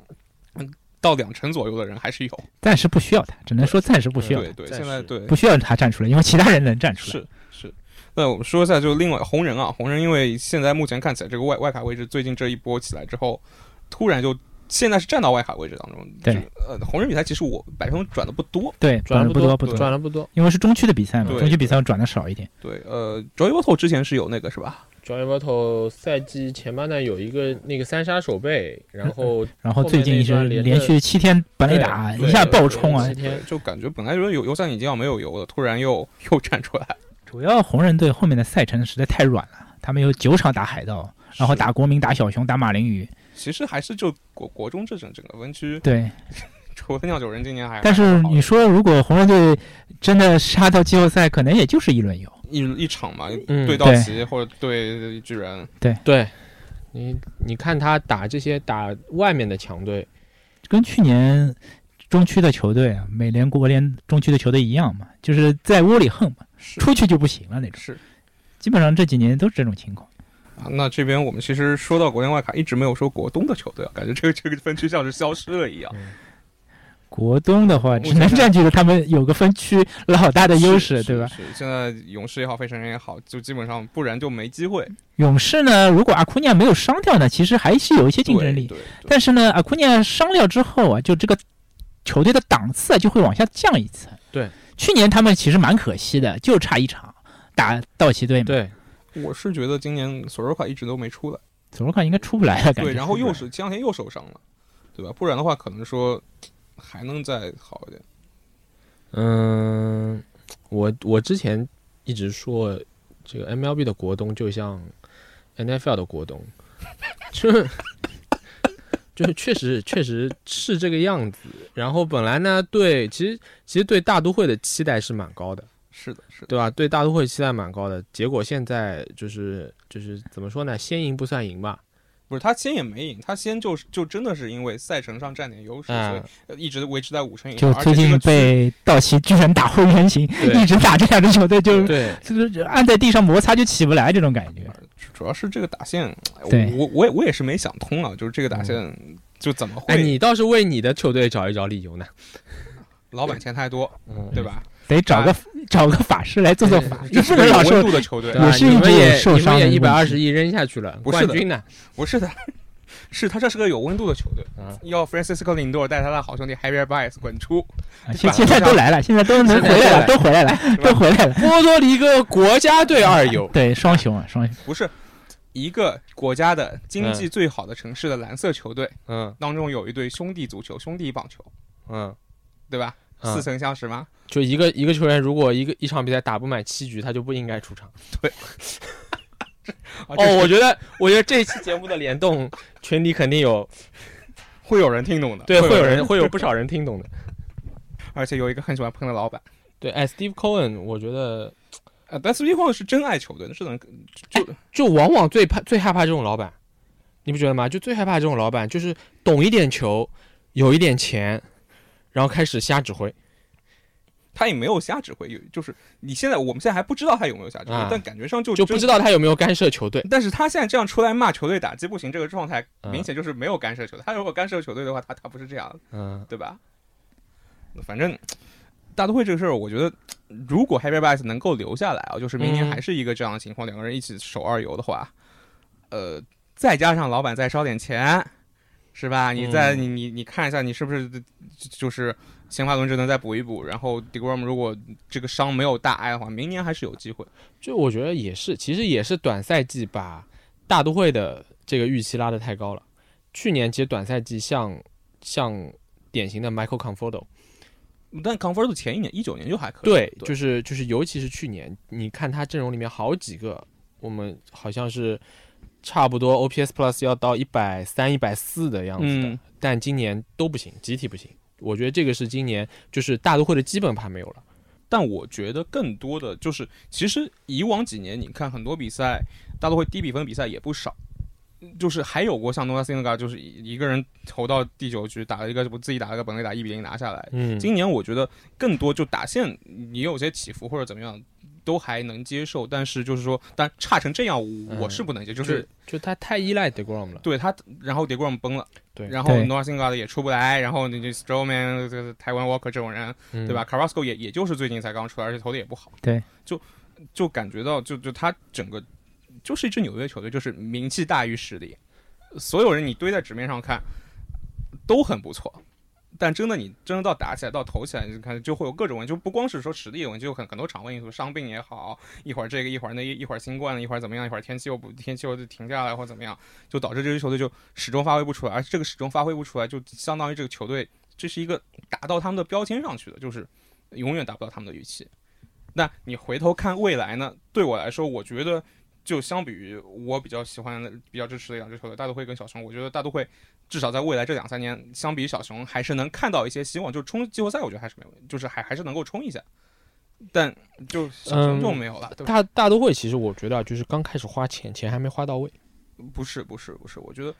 Speaker 4: 嗯到两成左右的人还是有。
Speaker 6: 暂时不需要他，只能说暂时不需要
Speaker 4: 对啊
Speaker 6: 他，
Speaker 4: 对，
Speaker 5: 暂
Speaker 4: 现在
Speaker 5: 时
Speaker 4: 对
Speaker 6: 不需要他站出来，因为其他人能站出来。
Speaker 4: 是是。那我们说一下，就另外红人啊，红人因为现在目前看起来这个外外卡位置最近这一波起来之后，突然就现在是站到外卡位置当中。
Speaker 6: 对
Speaker 4: 就，呃，红人比赛其实我百分转的不多。
Speaker 6: 对，
Speaker 5: 转
Speaker 6: 转
Speaker 5: 了
Speaker 6: 的不
Speaker 5: 多
Speaker 6: 不
Speaker 5: 转
Speaker 6: 多，
Speaker 5: 了不多。
Speaker 6: 因为是中区的比赛嘛，
Speaker 4: 对
Speaker 6: 中区比赛我转的少一点。
Speaker 4: 对，呃，Joy Bottle 之前是有那个是吧？
Speaker 5: Johnny Battle 赛季前半段有一个那个三杀手背，然后
Speaker 6: 然后最近一
Speaker 5: 后
Speaker 6: 直
Speaker 5: 面那段连
Speaker 6: 连续七天本垒打，
Speaker 5: 对
Speaker 6: 一下爆冲啊
Speaker 5: 对！对
Speaker 4: 就感觉本来觉得有油站已经要没有油了，突然又又站出来。
Speaker 6: 主要红人队后面的赛程实在太软了，他们有九场打海盗，然后
Speaker 4: 是
Speaker 6: 打国民、打小熊、打马林鱼，
Speaker 4: 其实还是就国国中这整整个分区，
Speaker 6: 对。
Speaker 4: 除了酿酒人今年还，
Speaker 6: 但
Speaker 4: 还
Speaker 6: 是
Speaker 4: 好
Speaker 6: 你说，如果红人队真的杀到季后赛，可能也就是一轮游。
Speaker 4: 一一场嘛，
Speaker 5: 嗯
Speaker 4: 对道
Speaker 6: 对
Speaker 4: 奇或者对巨人，
Speaker 5: 对，你你看他打这些打外面的强队，
Speaker 6: 跟去年中区的球队啊，美联国联中区的球队一样嘛，就是在窝里横嘛，
Speaker 4: 是
Speaker 6: 出去就不行了那种。
Speaker 4: 是
Speaker 6: 基本上这几年都是这种情况。
Speaker 4: 啊，那这边我们其实说到国内外卡，一直没有说国东的球队，啊，感觉这个这个分区像是消失了一样。
Speaker 6: 国东的话，
Speaker 4: 目前
Speaker 6: 只能
Speaker 4: 看
Speaker 6: 占据了他们有个分区老大的优势，
Speaker 4: 是
Speaker 6: 对吧？
Speaker 4: 是，是现在勇士也好，费城人也好，就基本上不然就没机会
Speaker 6: 勇士呢，如果阿库尼亚没有伤掉呢，其实还是有一些竞争力。
Speaker 4: 对，对对
Speaker 6: 但是呢，阿库尼亚伤掉之后啊，就这个球队的档次啊就会往下降一层。
Speaker 5: 对，
Speaker 6: 去年他们其实蛮可惜的，就差一场打道奇队嘛。，
Speaker 5: 对，
Speaker 4: 我是觉得今年索尔卡一直都没出来，
Speaker 6: 索罗卡应该出不来了，感
Speaker 4: 对，
Speaker 6: 觉。
Speaker 4: 然后又是前两天又受伤了，对吧？不然的话，可能说还能再好一点。
Speaker 5: 嗯，我我之前一直说，这个 MLB 的国东就像 NFL 的国东，就是就是确实确实是这个样子。然后本来呢，对其实其实对大都会的期待是蛮高的，
Speaker 4: 是的，是的，
Speaker 5: 对吧？对大都会期待蛮高的，结果现在就是就是怎么说呢？先赢不算赢吧？
Speaker 4: 不是他先也没赢，他先就是就真的是因为赛程上占点优势，
Speaker 5: 嗯，
Speaker 4: 所以一直维持在五成以上。
Speaker 6: 就
Speaker 4: 而且
Speaker 6: 最
Speaker 4: 这
Speaker 6: 近
Speaker 4: 个区
Speaker 6: 被道奇巨人打回原形，
Speaker 5: 对
Speaker 6: 一直打这两支球队就
Speaker 5: 对，
Speaker 6: 就是按在地上摩擦就起不来这种感觉。
Speaker 4: 主要是这个打线，哎
Speaker 6: 对嗯
Speaker 4: 我我也我也是没想通啊，就是这个打线就怎么
Speaker 5: 哎，
Speaker 4: 会
Speaker 5: 你倒是为你的球队找一找理由呢，
Speaker 4: 老板钱太多，
Speaker 5: 嗯，
Speaker 4: 对哎吧？
Speaker 6: 得找个找个法师来做做法，
Speaker 4: 这
Speaker 6: 你
Speaker 4: 是
Speaker 6: 不
Speaker 4: 个
Speaker 6: 能
Speaker 4: 有
Speaker 6: 老
Speaker 4: 温
Speaker 6: 说
Speaker 4: 度的球队
Speaker 5: 对，吧
Speaker 6: 也是
Speaker 5: 你
Speaker 6: 因
Speaker 5: 们
Speaker 6: 为有
Speaker 5: 也
Speaker 6: 受伤
Speaker 5: 你
Speaker 6: 的
Speaker 5: 们也一
Speaker 6: 问
Speaker 5: 百二十
Speaker 6: 题
Speaker 5: 亿扔下去了，
Speaker 4: 不是
Speaker 5: 冠
Speaker 4: 的
Speaker 5: 军呢？
Speaker 4: 不是的，是他这是个有温度的球队
Speaker 5: 嗯，
Speaker 4: 要 Francisco Lindor 带他的好兄弟 Javier Baez 滚出，
Speaker 6: 啊现现在都来了，现在都能回来了，都回来了，都回来了。，
Speaker 5: 波多黎各国家队二 游
Speaker 6: 对，双雄啊，双雄。
Speaker 4: 不是。一个国家的经济最好的城市的蓝色球队
Speaker 5: 嗯
Speaker 4: 当中有一对兄弟足球、兄弟棒球，
Speaker 5: 嗯，
Speaker 4: 对吧？
Speaker 5: 嗯
Speaker 4: 似曾相识吗？
Speaker 5: 就一个一个球员，如果一个一场比赛打不满七局，他就不应该出场。
Speaker 4: 哦
Speaker 5: 哦，我觉得，我觉得这一期节目的联 动，群里肯定有，
Speaker 4: 会有人听懂的，
Speaker 5: 对，会有
Speaker 4: 人，
Speaker 5: 人会有不少人听懂的。
Speaker 4: 而且有一个很喜欢喷的老板。
Speaker 5: 对，哎，Steve Cohen，我觉得
Speaker 4: 呃，但是 v 矿是真爱球队，是能
Speaker 5: 就往往最怕最害怕这种老板，你不觉得吗？就最害怕这种老板，就是懂一点球，有一点钱，然后开始瞎指挥。
Speaker 4: 他也没有瞎指挥，有就是你现在我们现在还不知道他有没有瞎指挥，
Speaker 5: 啊
Speaker 4: 但感觉上就
Speaker 5: 就不知。道他有没有干涉球队
Speaker 4: 就。但是他现在这样出来骂球队打击不行，这个状态
Speaker 5: 嗯
Speaker 4: 明显就是没有干涉球队。他如果干涉球队的话，他他不是这样，
Speaker 5: 嗯，
Speaker 4: 对吧？反正大都会这个事儿，我觉得如果 Happy b a s 能够留下来啊，就是明年
Speaker 5: 嗯
Speaker 4: 还是一个这样的情况，两个人一起守二游的话，呃，再加上老板再烧点钱，是吧？你再、
Speaker 5: 嗯
Speaker 4: 你你你看一下，你是不是就就是先发轮值能再补一补？然后 Degrom 如果这个伤没有大碍的话，明年还是有机会。
Speaker 5: 就我觉得也是，其实也是短赛季把大都会的这个预期拉得太高了。去年其实短赛季像像典型的 Michael Conforto，
Speaker 4: 但 Conforto 前一年一九年就还可以，
Speaker 5: 对，
Speaker 4: 对
Speaker 5: 就是就是尤其是去年，你看他阵容里面好几个，我们好像是差不多 OPS Plus 要到一百三、一百四的样子的，
Speaker 4: 嗯
Speaker 5: 但今年都不行，集体不行。我觉得这个是今年就是大都会的基本盘没有了。
Speaker 4: 但我觉得更多的就是，其实以往几年你看很多比赛，大都会低比分比赛也不少，就是还有过像诺萨辛德嘎，就是一一个人投到第九局打了一个，我自己打了个本垒打一比零拿下来。
Speaker 5: 嗯
Speaker 4: 今年我觉得更多就打线，你有些起伏或者怎么样，都还能接受，但是就是说，但差成这样，我是不能接受，就是
Speaker 5: 就他太依赖 Degrom 了，
Speaker 4: 对他，然后 Degrom 崩了，
Speaker 5: 对
Speaker 4: 然后
Speaker 6: 对
Speaker 4: n o r t h i n g a r d 也出不来，然后你就 Stroman 这个台湾 Walker 这种人，
Speaker 5: 嗯
Speaker 4: 对吧？？Carrasco 也也就是最近才刚出来，而且投的也不好，
Speaker 6: 对，
Speaker 4: 就就感觉到就就他整个就是一支纽约球队，就是名气大于实力，所有人你堆在纸面上看都很不错。但真的，你真的到打起来，到投起来，你看就会有各种问题，就不光是说实力的问题，就很很多场外因素，伤病也好，一会儿这个，一会儿那，一会儿新冠，一会儿怎么样，一会儿天气又不天气又停下来或怎么样，就导致这支球队就始终发挥不出来，而这个始终发挥不出来，就相当于这个球队这是一个打到他们的标签上去的，就是永远达不到他们的预期。那你回头看未来呢？对我来说，我觉得就相比于我比较喜欢的、比较支持的两支球队，大都会跟小熊，我觉得大都会至少在未来这两三年，相比于小熊，还是能看到一些希望，就冲季后赛，我觉得还是没有，就是还还是能够冲一下。但就小熊就没有了，对吧？
Speaker 5: 大大都会其实我觉得啊，就是刚开始花钱，钱还没花到位。
Speaker 4: 不是不是不是，我觉得，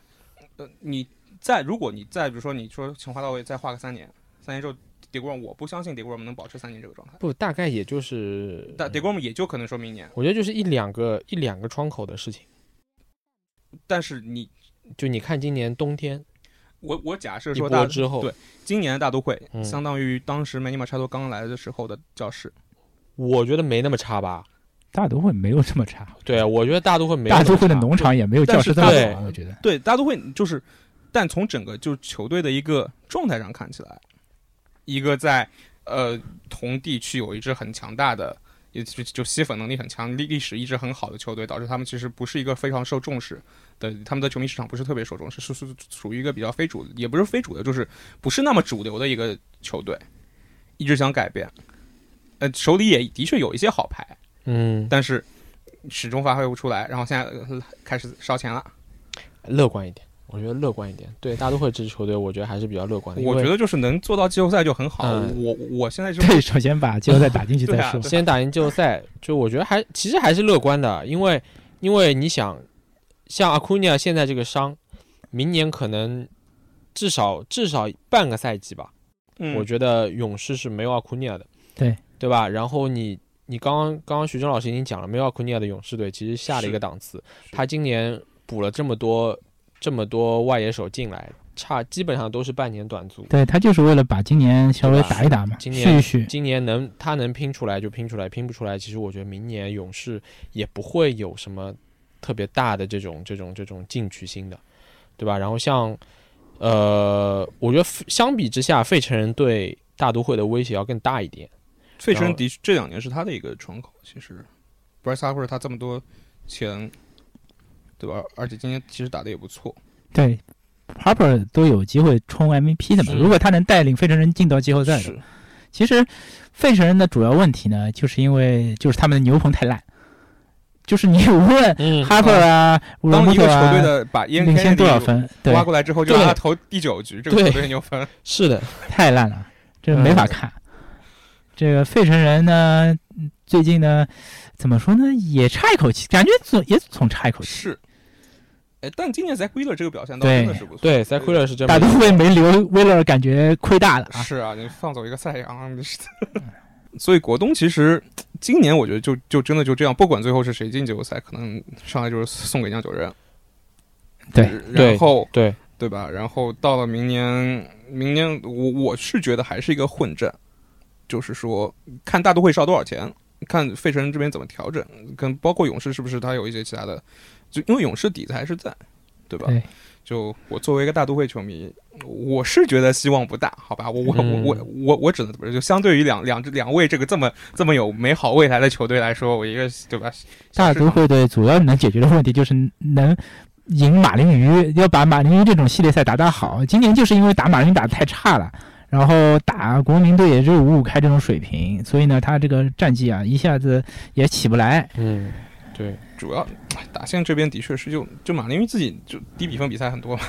Speaker 4: 呃，你再如果你再比如说你说情花到位，再画个三年，三年之后迪国我不相信迪国能保持三年这个状态。
Speaker 5: 不，大概也就是，
Speaker 4: 但迪国也就可能说明年，
Speaker 5: 我觉得就是一两个一两个窗口的事情。
Speaker 4: 但是你
Speaker 5: 就你看今年冬天
Speaker 4: 我我假设
Speaker 5: 一
Speaker 4: 说
Speaker 5: 波
Speaker 4: 大
Speaker 5: 之后，
Speaker 4: 对今年的大都会，
Speaker 5: 嗯
Speaker 4: 相当于当时梅尼马查多刚来的时候的教室，
Speaker 5: 我觉得没那么差吧？
Speaker 6: 大都会没有这么差，
Speaker 5: 对，啊我觉得大都会没有
Speaker 6: 大
Speaker 5: 那
Speaker 6: 都
Speaker 5: 么
Speaker 6: 会的
Speaker 5: 差
Speaker 6: 农场也没有
Speaker 4: 但
Speaker 6: 教
Speaker 4: 是
Speaker 6: 室这么
Speaker 5: 大
Speaker 6: 好啊，我觉得。
Speaker 4: 对大都会就是，但从整个就是球队的一个状态上看起来，一个在呃同地区有一支很强大的，也就就吸粉能力很强、历历史一直很好的球队，导致他们其实不是一个非常受重视的，他们的球迷市场不是特别受重视，是属属于一个比较非主，也不是非主流，就是不是那么主流的一个球队，一直想改变，呃，手里也的确有一些好牌，
Speaker 5: 嗯，
Speaker 4: 但是始终发挥不出来，然后现在、呃开始烧钱了。
Speaker 5: 乐观一点，我觉得乐观一点。对，大都会这支球队，我觉得还是比较乐观的。因
Speaker 4: 我
Speaker 5: 为
Speaker 4: 觉得就是能做到季后赛就很好。
Speaker 5: 嗯
Speaker 4: 我我现在就
Speaker 6: 对，首先把季后赛打进去
Speaker 4: 对
Speaker 6: 再
Speaker 4: 啊
Speaker 6: 说。
Speaker 5: 先打赢季后赛，就我觉得还其实还是乐观的，因为因为你想，像阿库尼亚现在这个伤，明年可能至少至少半个赛季吧，
Speaker 4: 嗯
Speaker 5: 我觉得勇士是没有阿库尼亚的，
Speaker 6: 对
Speaker 5: 对吧？然后你你刚刚刚刚徐峥老师已经讲了，没有阿库尼亚的勇士队其实下了一个档次，
Speaker 4: 是
Speaker 5: 他今年补了这么多这么多外野手进来，差基本上都是半年短租。
Speaker 6: 对他就是为了把今年稍微打一打嘛，
Speaker 5: 今
Speaker 6: 续
Speaker 5: 年
Speaker 6: 一续。
Speaker 5: 今年能他能拼出来就拼出来，拼不出来，其实我觉得明年勇士也不会有什么特别大的这种这种这种进取心的，对吧？然后像呃，我觉得相比之下，费城人对大都会的威胁要更大一点。
Speaker 4: 费城
Speaker 5: 然
Speaker 4: 人
Speaker 5: 后
Speaker 4: 的确这两年是他的一个窗口，其实 Bryce Harper 他这么多钱，对吧？而且今天其实打的也不错。
Speaker 6: 对，Harper 都有机会冲 MVP 的嘛。
Speaker 5: 是
Speaker 6: 如果他能带领费城人进到季后赛的话，
Speaker 4: 是
Speaker 6: 其实费城人的主要问题呢，就是因为就是他们的牛棚太烂，就是你 无论
Speaker 5: 嗯
Speaker 6: Harper 啊，罗
Speaker 4: 当
Speaker 6: 伯
Speaker 4: 一
Speaker 6: 特
Speaker 4: 个球队
Speaker 6: 啊，
Speaker 4: 的把烟
Speaker 6: 领先多少分，对
Speaker 4: 挖，过来之后，就
Speaker 5: 对
Speaker 4: 让他投第九局，这个
Speaker 5: 对
Speaker 4: 球队牛分。
Speaker 5: 是的，
Speaker 6: 太烂了，这没法看。这个费城人呢，最近呢，怎么说呢，也差一口气，感觉总也总差一口气。
Speaker 4: 是。哎，但今年 Zach Wheeler 这个表现倒真的是不错。
Speaker 5: 对，塞奎勒是真
Speaker 6: 大
Speaker 5: 没
Speaker 6: 都会没留威勒，感觉亏大了啊。
Speaker 4: 是啊，你放走一个赛扬，啊你是 所以国东其实今年我觉得就就真的就这样，不管最后是谁进季后赛，可能上来就是送给酿酒人。
Speaker 6: 对，
Speaker 4: 然后
Speaker 5: 对，
Speaker 4: 对吧？然后到了明年，明年我我是觉得还是一个混战，就是说看大都会烧多少钱，看费城这边怎么调整，跟包括勇士是不是他有一些其他的，就因为勇士底子还是在，对吧？
Speaker 6: 对
Speaker 4: 就我作为一个大都会球迷，我是觉得希望不大，好吧？我我
Speaker 5: 嗯
Speaker 4: 我我我我只能就相对于两两支两位这个这么这么有美好未来的球队来说，我一个对吧？
Speaker 6: 大都会队主要能解决的问题就是能赢马林鱼，要把马林鱼这种系列赛打打好。今年就是因为打马林鱼打得太差了，然后打国民队也是五五开这种水平，所以呢，他这个战绩啊一下子也起不来。
Speaker 5: 嗯，对，
Speaker 4: 主要哎打线这边的确是就就马林鱼自己就低比分比赛很多嘛，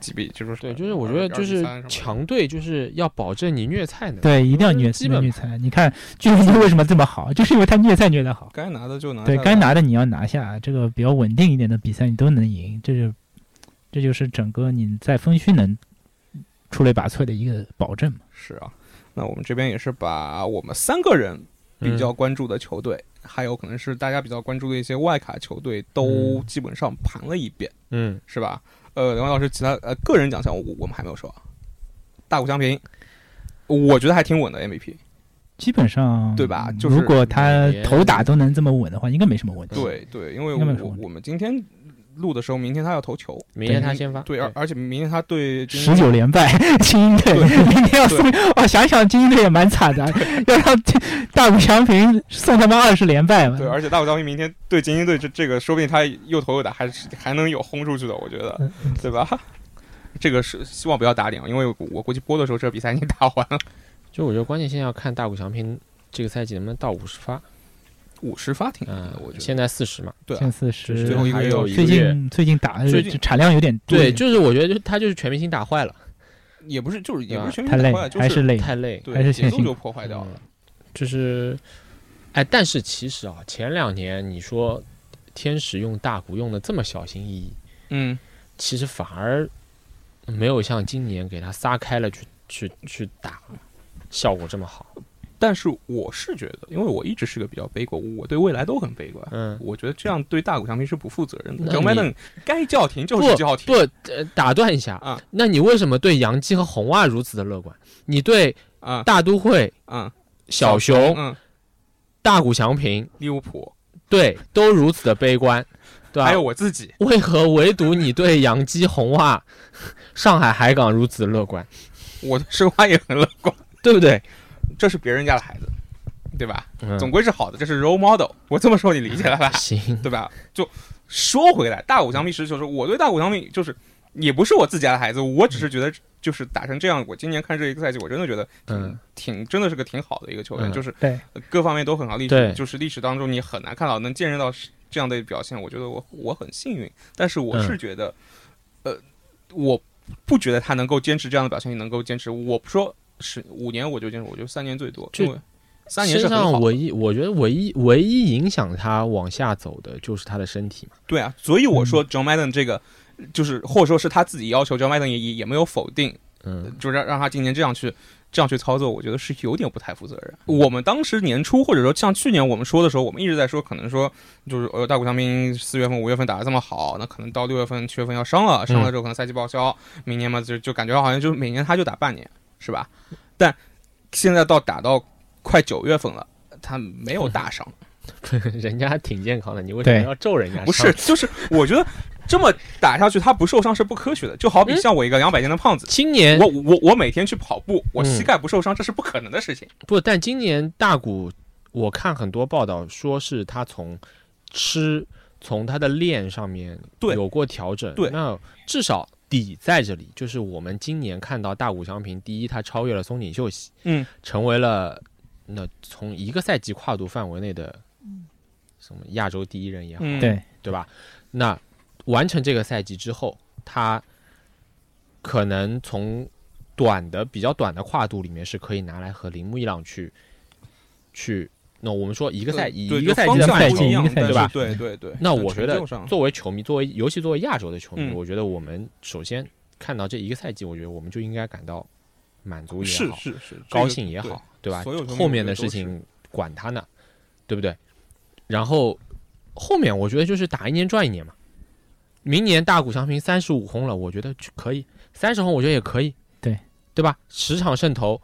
Speaker 4: 几比就是
Speaker 5: 对，就是我觉得就是强队就是要保证你虐菜能力。
Speaker 6: 对，一定要虐
Speaker 5: 基本
Speaker 6: 虐菜。你看巨人队为什么这么好，就是因为他虐菜虐得好。
Speaker 4: 该拿的就拿，
Speaker 6: 对该拿的你要拿下，这个比较稳定一点的比赛你都能赢，这就这就是整个你在分区能出类拔萃的一个保证嘛。
Speaker 4: 是啊。那我们这边也是把我们三个人
Speaker 5: 嗯
Speaker 4: 比较关注的球队，还有可能是大家比较关注的一些外卡球队，都
Speaker 5: 嗯
Speaker 4: 基本上盘了一遍，
Speaker 5: 嗯，
Speaker 4: 是吧？呃，两位老师，其他呃个人奖项我我们还没有说啊，大谷翔平，我觉得还挺稳的 MVP。
Speaker 6: 基本上
Speaker 4: 对吧就是
Speaker 6: 如果他
Speaker 5: 也
Speaker 6: 头打都能这么稳的话，应该没什么问题。，
Speaker 4: 对对，因为
Speaker 6: 应该没
Speaker 4: 我
Speaker 6: 有什么问题
Speaker 4: 我们今天录的时候，明天他要投球，
Speaker 5: 明天他先发，
Speaker 4: 对，而而且明天他对金
Speaker 6: 十九连败，精英队
Speaker 4: 对
Speaker 6: 明天要送，哦，想想精英队也蛮惨的，要让 大谷翔平送他们二十连败吧。
Speaker 4: 对，而且大谷翔平明天对精英队这这个，说不定他又投又打，还是还能有轰出去的，我觉得，对吧？这个是希望不要打脸，因为我我估计播的时候这比赛已经打完了，
Speaker 5: 就我觉得关键现在要看大谷翔平这个赛季能不能到五十发，
Speaker 4: 五十发挺难
Speaker 5: 嗯
Speaker 4: 的，我，觉得。
Speaker 5: 现在四十嘛，
Speaker 4: 对啊
Speaker 6: 现在四十，
Speaker 4: 最后一个
Speaker 5: 还
Speaker 4: 月
Speaker 5: 有
Speaker 4: 一
Speaker 5: 一
Speaker 6: 最
Speaker 5: 个月，
Speaker 6: 近最近打
Speaker 4: 最近
Speaker 6: 产量有点低
Speaker 5: 对，就是我觉得就是他就是全明星打坏了，
Speaker 4: 也不是，就是也不是全
Speaker 6: 太
Speaker 4: 民
Speaker 6: 累
Speaker 4: 打坏，就
Speaker 6: 还是累，
Speaker 5: 太累，
Speaker 6: 还
Speaker 4: 对
Speaker 6: 是
Speaker 4: 节
Speaker 6: 线
Speaker 4: 奏
Speaker 6: 性
Speaker 4: 就破坏掉了。
Speaker 5: 嗯就是，哎，但是其实啊，前两年你说天使用大鼓用的这么小心翼翼，
Speaker 4: 嗯，
Speaker 5: 其实反而没有像今年给他撒开了去去去打，效果这么好。
Speaker 4: 但是我是觉得，因为我一直是个比较悲观，我对未来都很悲观。
Speaker 5: 嗯，
Speaker 4: 我觉得这样对大谷翔平是不负责任的。
Speaker 5: 那
Speaker 4: Joe m a d o
Speaker 5: 你
Speaker 4: n 该叫停就
Speaker 5: 不
Speaker 4: 是叫停
Speaker 5: 不、呃打断一下
Speaker 4: 啊，
Speaker 5: 那你为什么对杨基和红袜如此的乐观？你对
Speaker 4: 啊
Speaker 5: 大都会、
Speaker 4: 啊！
Speaker 5: 小熊、
Speaker 4: 嗯，
Speaker 5: 大谷翔平，
Speaker 4: 利物浦
Speaker 5: 对，都如此的悲观，对吧？
Speaker 4: 还有我自己，
Speaker 5: 为何唯独你对杨基、红袜、 上海海港如此乐观，
Speaker 4: 我的生活也很乐观。
Speaker 5: 对不对？
Speaker 4: 这是别人家的孩子，对吧？
Speaker 5: 嗯？
Speaker 4: 总归是好的，这是 role model。我这么说你理解了吧
Speaker 5: 行，
Speaker 4: 对吧？就说回来，大谷翔平实就是我对大谷翔平就是也不是我自己家的孩子，我只是觉得就是打成这样，我今年看这一个赛季，我真的觉得
Speaker 5: 嗯
Speaker 4: 挺挺真的是个挺好的一个球员，
Speaker 5: 嗯
Speaker 4: 就是
Speaker 6: 对
Speaker 4: 各方面都很好。历
Speaker 5: 对
Speaker 4: 史就是历史当中你很难看到能见证到这样的表现，我觉得我我很幸运，但是我
Speaker 5: 嗯
Speaker 4: 是觉得，呃，我不觉得他能够坚持这样的表现，能够坚持。我不说是五年我就坚持，我觉得三年最多，
Speaker 5: 就
Speaker 4: 因为三年是
Speaker 5: 身
Speaker 4: 很好
Speaker 5: 上
Speaker 4: 的。
Speaker 5: 唯一，我觉得唯一唯一影响他往下走的就是他的身体嘛。
Speaker 4: 对啊，所以我说 John Madden 这个。就是或者说是他自己要求，John Madden 也也也没有否定，呃
Speaker 5: 嗯，
Speaker 4: 就让让他今年这样去这样去操作，我觉得是有点不太负责任。我们当时年初或者说像去年我们说的时候，我们一直在说，可能说就是呃大谷翔平四月份、五月份打得这么好，那可能到六月份、七月份要伤了，伤了之后可能赛季报销，明年嘛就就感觉好像就是每年他就打半年，是吧？但现在到打到快九月份了，他没有大伤，
Speaker 5: 人家挺健康的，你为什么
Speaker 6: 对
Speaker 5: 要咒人家伤？
Speaker 4: 不是，就是我觉得这么打下去他不受伤是不科学的，就好比
Speaker 5: 嗯
Speaker 4: 像我一个两百斤的胖子。
Speaker 5: 今年
Speaker 4: 我我我每天去跑步，我
Speaker 5: 嗯
Speaker 4: 膝盖不受伤，这是不可能的事情。
Speaker 5: 不，但今年大谷，我看很多报道说是他从吃从他的练上面
Speaker 4: 对
Speaker 5: 有过调整，
Speaker 4: 对
Speaker 5: 那至少底在这里，就是我们今年看到大谷翔平，第一他超越了松井秀喜，
Speaker 4: 嗯，
Speaker 5: 成为了那从一个赛季跨度范围内的什么亚洲第一人也好，
Speaker 4: 嗯，
Speaker 6: 对，
Speaker 5: 对吧？那完成这个赛季之后，他可能从短的比较短的跨度里面是可以拿来和铃木一朗去去。那我们说一个赛以
Speaker 4: 对
Speaker 5: 一个赛季
Speaker 4: 方
Speaker 5: 的
Speaker 4: 向
Speaker 5: 范
Speaker 4: 不
Speaker 5: 畴
Speaker 6: 一，
Speaker 4: 样
Speaker 6: 一个赛季
Speaker 4: 对吧？
Speaker 6: 对
Speaker 4: 对对对。
Speaker 5: 那我
Speaker 4: 成
Speaker 5: 觉得
Speaker 4: 就上
Speaker 5: 作为球迷，作为尤其作为亚洲的球迷，
Speaker 4: 嗯
Speaker 5: 我觉得我们首先看到这一个赛季，我觉得我们就应该感到满足也好，
Speaker 4: 是是是
Speaker 5: 高兴也好，，对吧
Speaker 4: 所有球迷？
Speaker 5: 后面
Speaker 4: 我觉得
Speaker 5: 的事
Speaker 4: 都
Speaker 5: 情管他呢，对不对？然后后面我觉得就是打一年赚一年嘛。明年大谷翔平三十五轰了，我觉得就可以；三十轰我觉得也可以，
Speaker 6: 对
Speaker 5: 对吧？十场胜投，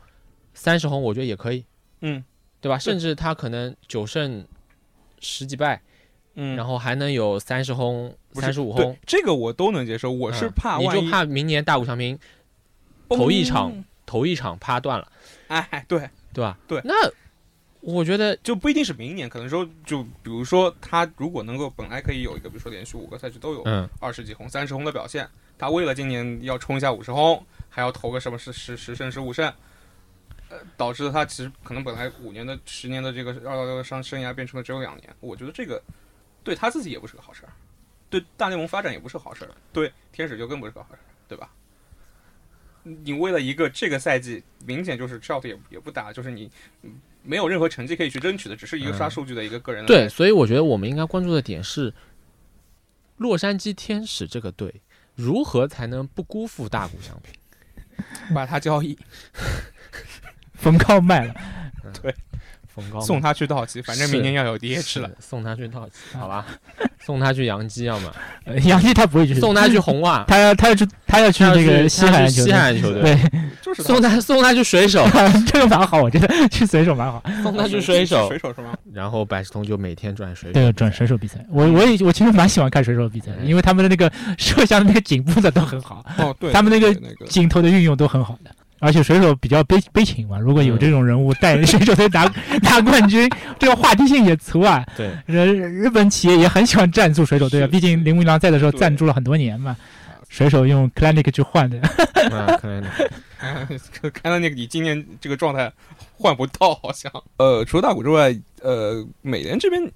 Speaker 5: 三十轰我觉得也可以，
Speaker 4: 嗯
Speaker 5: 对吧？甚至他可能九胜十几败，
Speaker 4: 嗯，
Speaker 5: 然
Speaker 4: 后
Speaker 5: 后还能有三十轰、三十五轰。
Speaker 4: 这个我都能接受。我是
Speaker 5: 嗯
Speaker 4: 怕
Speaker 5: 你
Speaker 4: 万
Speaker 5: 就
Speaker 4: 一
Speaker 5: 怕明年大谷翔平头一场，头一场趴断了，
Speaker 4: 哎，对，
Speaker 5: 对吧？
Speaker 4: 对
Speaker 5: 那我觉得
Speaker 4: 就不一定是明年，可能说就比如说他如果能够本来可以有一个，比如说连续五个赛季都有
Speaker 5: 嗯，
Speaker 4: 二十几红、三十红的表现，他为了今年要冲一下五十红，还要投个什么十十十胜、十五胜，呃，导致他其实可能本来五年的、十年的这个二幺幺的商生涯变成了只有两年。我觉得这个对他自己也不是个好事儿，对大联盟发展也不是好事儿，对天使就更不是个好事儿，对吧？你为了一个这个赛季明显就是 shot 也也不打，就是你嗯没有任何成绩可以去争取的，只是一个刷
Speaker 5: 嗯
Speaker 4: 数据的一个个人的
Speaker 5: 对，所以我觉得我们应该关注的点是，洛杉矶天使这个队如何才能不辜负大谷翔平？
Speaker 4: 把他交易，
Speaker 6: 冯靠卖了，
Speaker 5: 冯高
Speaker 4: 送他去道奇，反正明年要有
Speaker 5: 也
Speaker 4: DH 了。，
Speaker 5: 送他去道奇，好吧，送他去洋基，要么
Speaker 6: 呃杨基他不会去，
Speaker 5: 送他去红 袜，
Speaker 6: 他要他要去他要去
Speaker 5: 他要
Speaker 6: 这个
Speaker 5: 去
Speaker 6: 西
Speaker 5: 他
Speaker 6: 海岸
Speaker 5: 去
Speaker 6: 球
Speaker 5: 西
Speaker 6: 队，
Speaker 5: 海岸球队，哦
Speaker 6: 对，
Speaker 4: 就是
Speaker 5: 送他送他去水手，
Speaker 6: 这个蛮好，我觉得去水手蛮好。
Speaker 5: 送他去水手
Speaker 4: 水，手啊是吗？
Speaker 5: 然后百事通就每天转水手，
Speaker 6: 对，转水手比赛，我我也我其实蛮喜欢看水手比赛
Speaker 5: 嗯
Speaker 6: 的，因为他们的那个射向的那个颈部的都很好，
Speaker 4: 哦，对，
Speaker 6: 他们那个
Speaker 4: 对那个
Speaker 6: 镜头的运用都很好的。而且水手比较悲悲情嘛，如果有这种人物带 着水手队拿拿冠军，这个话题性也足啊。
Speaker 5: 对，
Speaker 6: 日日本企业也很喜欢赞助水手队啊，
Speaker 4: 是
Speaker 6: 毕竟铃木一郎在的时候
Speaker 4: 对
Speaker 6: 赞助了很多年嘛。水手用 Clinic 去换的，
Speaker 5: 那可能
Speaker 4: 哎 看到那个你今年这个状态换不到，好像。 呃，除了大谷之外，呃，美联这边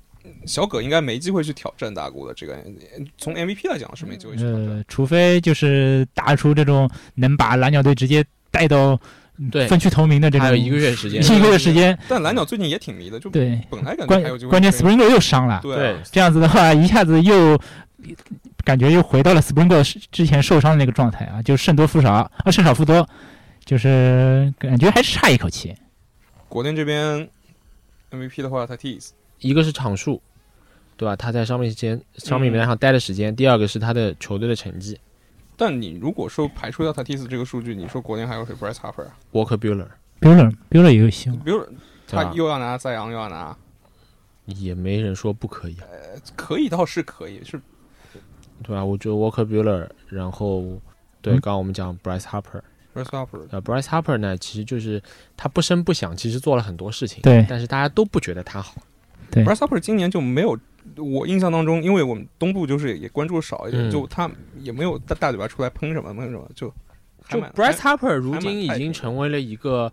Speaker 4: 小葛应该没机会去挑战大谷的。这个呃从 MVP 来讲是没机会去挑战。
Speaker 6: 呃，除非就是打出这种能把蓝鸟队直接带到
Speaker 5: 对
Speaker 6: 分区头名的这种，
Speaker 5: 还有一个月时间，
Speaker 6: 一个月时间，
Speaker 4: 但蓝鸟最近也挺迷的，就
Speaker 6: 对，
Speaker 4: 本来感觉还有机会。
Speaker 6: 关关键 Springer 又伤了，
Speaker 4: 对
Speaker 5: 对
Speaker 4: 啊，
Speaker 6: 这样子的话，一下子又感觉又回到了 Springer 是之前受伤的那个状态啊，就胜多负少啊，胜少负多，就是感觉还是差一口气。
Speaker 4: 国内这边 MVP 的话，Tatis
Speaker 5: 一个是场数，对吧？他在上面时间上面名单上待的时间，第二个是他的球队的成绩
Speaker 4: 但你如果说排除掉 Tatis 这个数据，你说国内还有谁？Bryce Harper 啊，
Speaker 5: ，Walker Bueller，
Speaker 6: Bueller Bueller 也有希望，
Speaker 4: 比如
Speaker 5: 对
Speaker 4: 他
Speaker 5: 吧？
Speaker 4: 又要拿赛扬，又要拿，
Speaker 5: 也没人说不可以啊，
Speaker 4: 可以倒是可以，是
Speaker 5: 对吧？我觉得 Walker Bueller，然后对，
Speaker 6: 嗯
Speaker 5: 刚刚我们讲 Bryce Harper，
Speaker 4: Bryce Harper
Speaker 5: 呃，Bryce Harper 呢，其实就是他不声不响，其实做了很多事情，
Speaker 6: 对
Speaker 5: 但是大家都不觉得他好，
Speaker 6: 对
Speaker 4: Bryce Harper 今年就没有，我印象当中，因为我们东部就是也关注少一点，
Speaker 5: 嗯
Speaker 4: 就他也没有大大嘴巴出来喷什么喷什么，就还
Speaker 5: 就
Speaker 4: 蛮
Speaker 5: Bryce
Speaker 4: 还
Speaker 5: Harper 如
Speaker 4: 还蛮
Speaker 5: 今已
Speaker 4: 太平
Speaker 5: 经
Speaker 4: 的
Speaker 5: 成为了一个，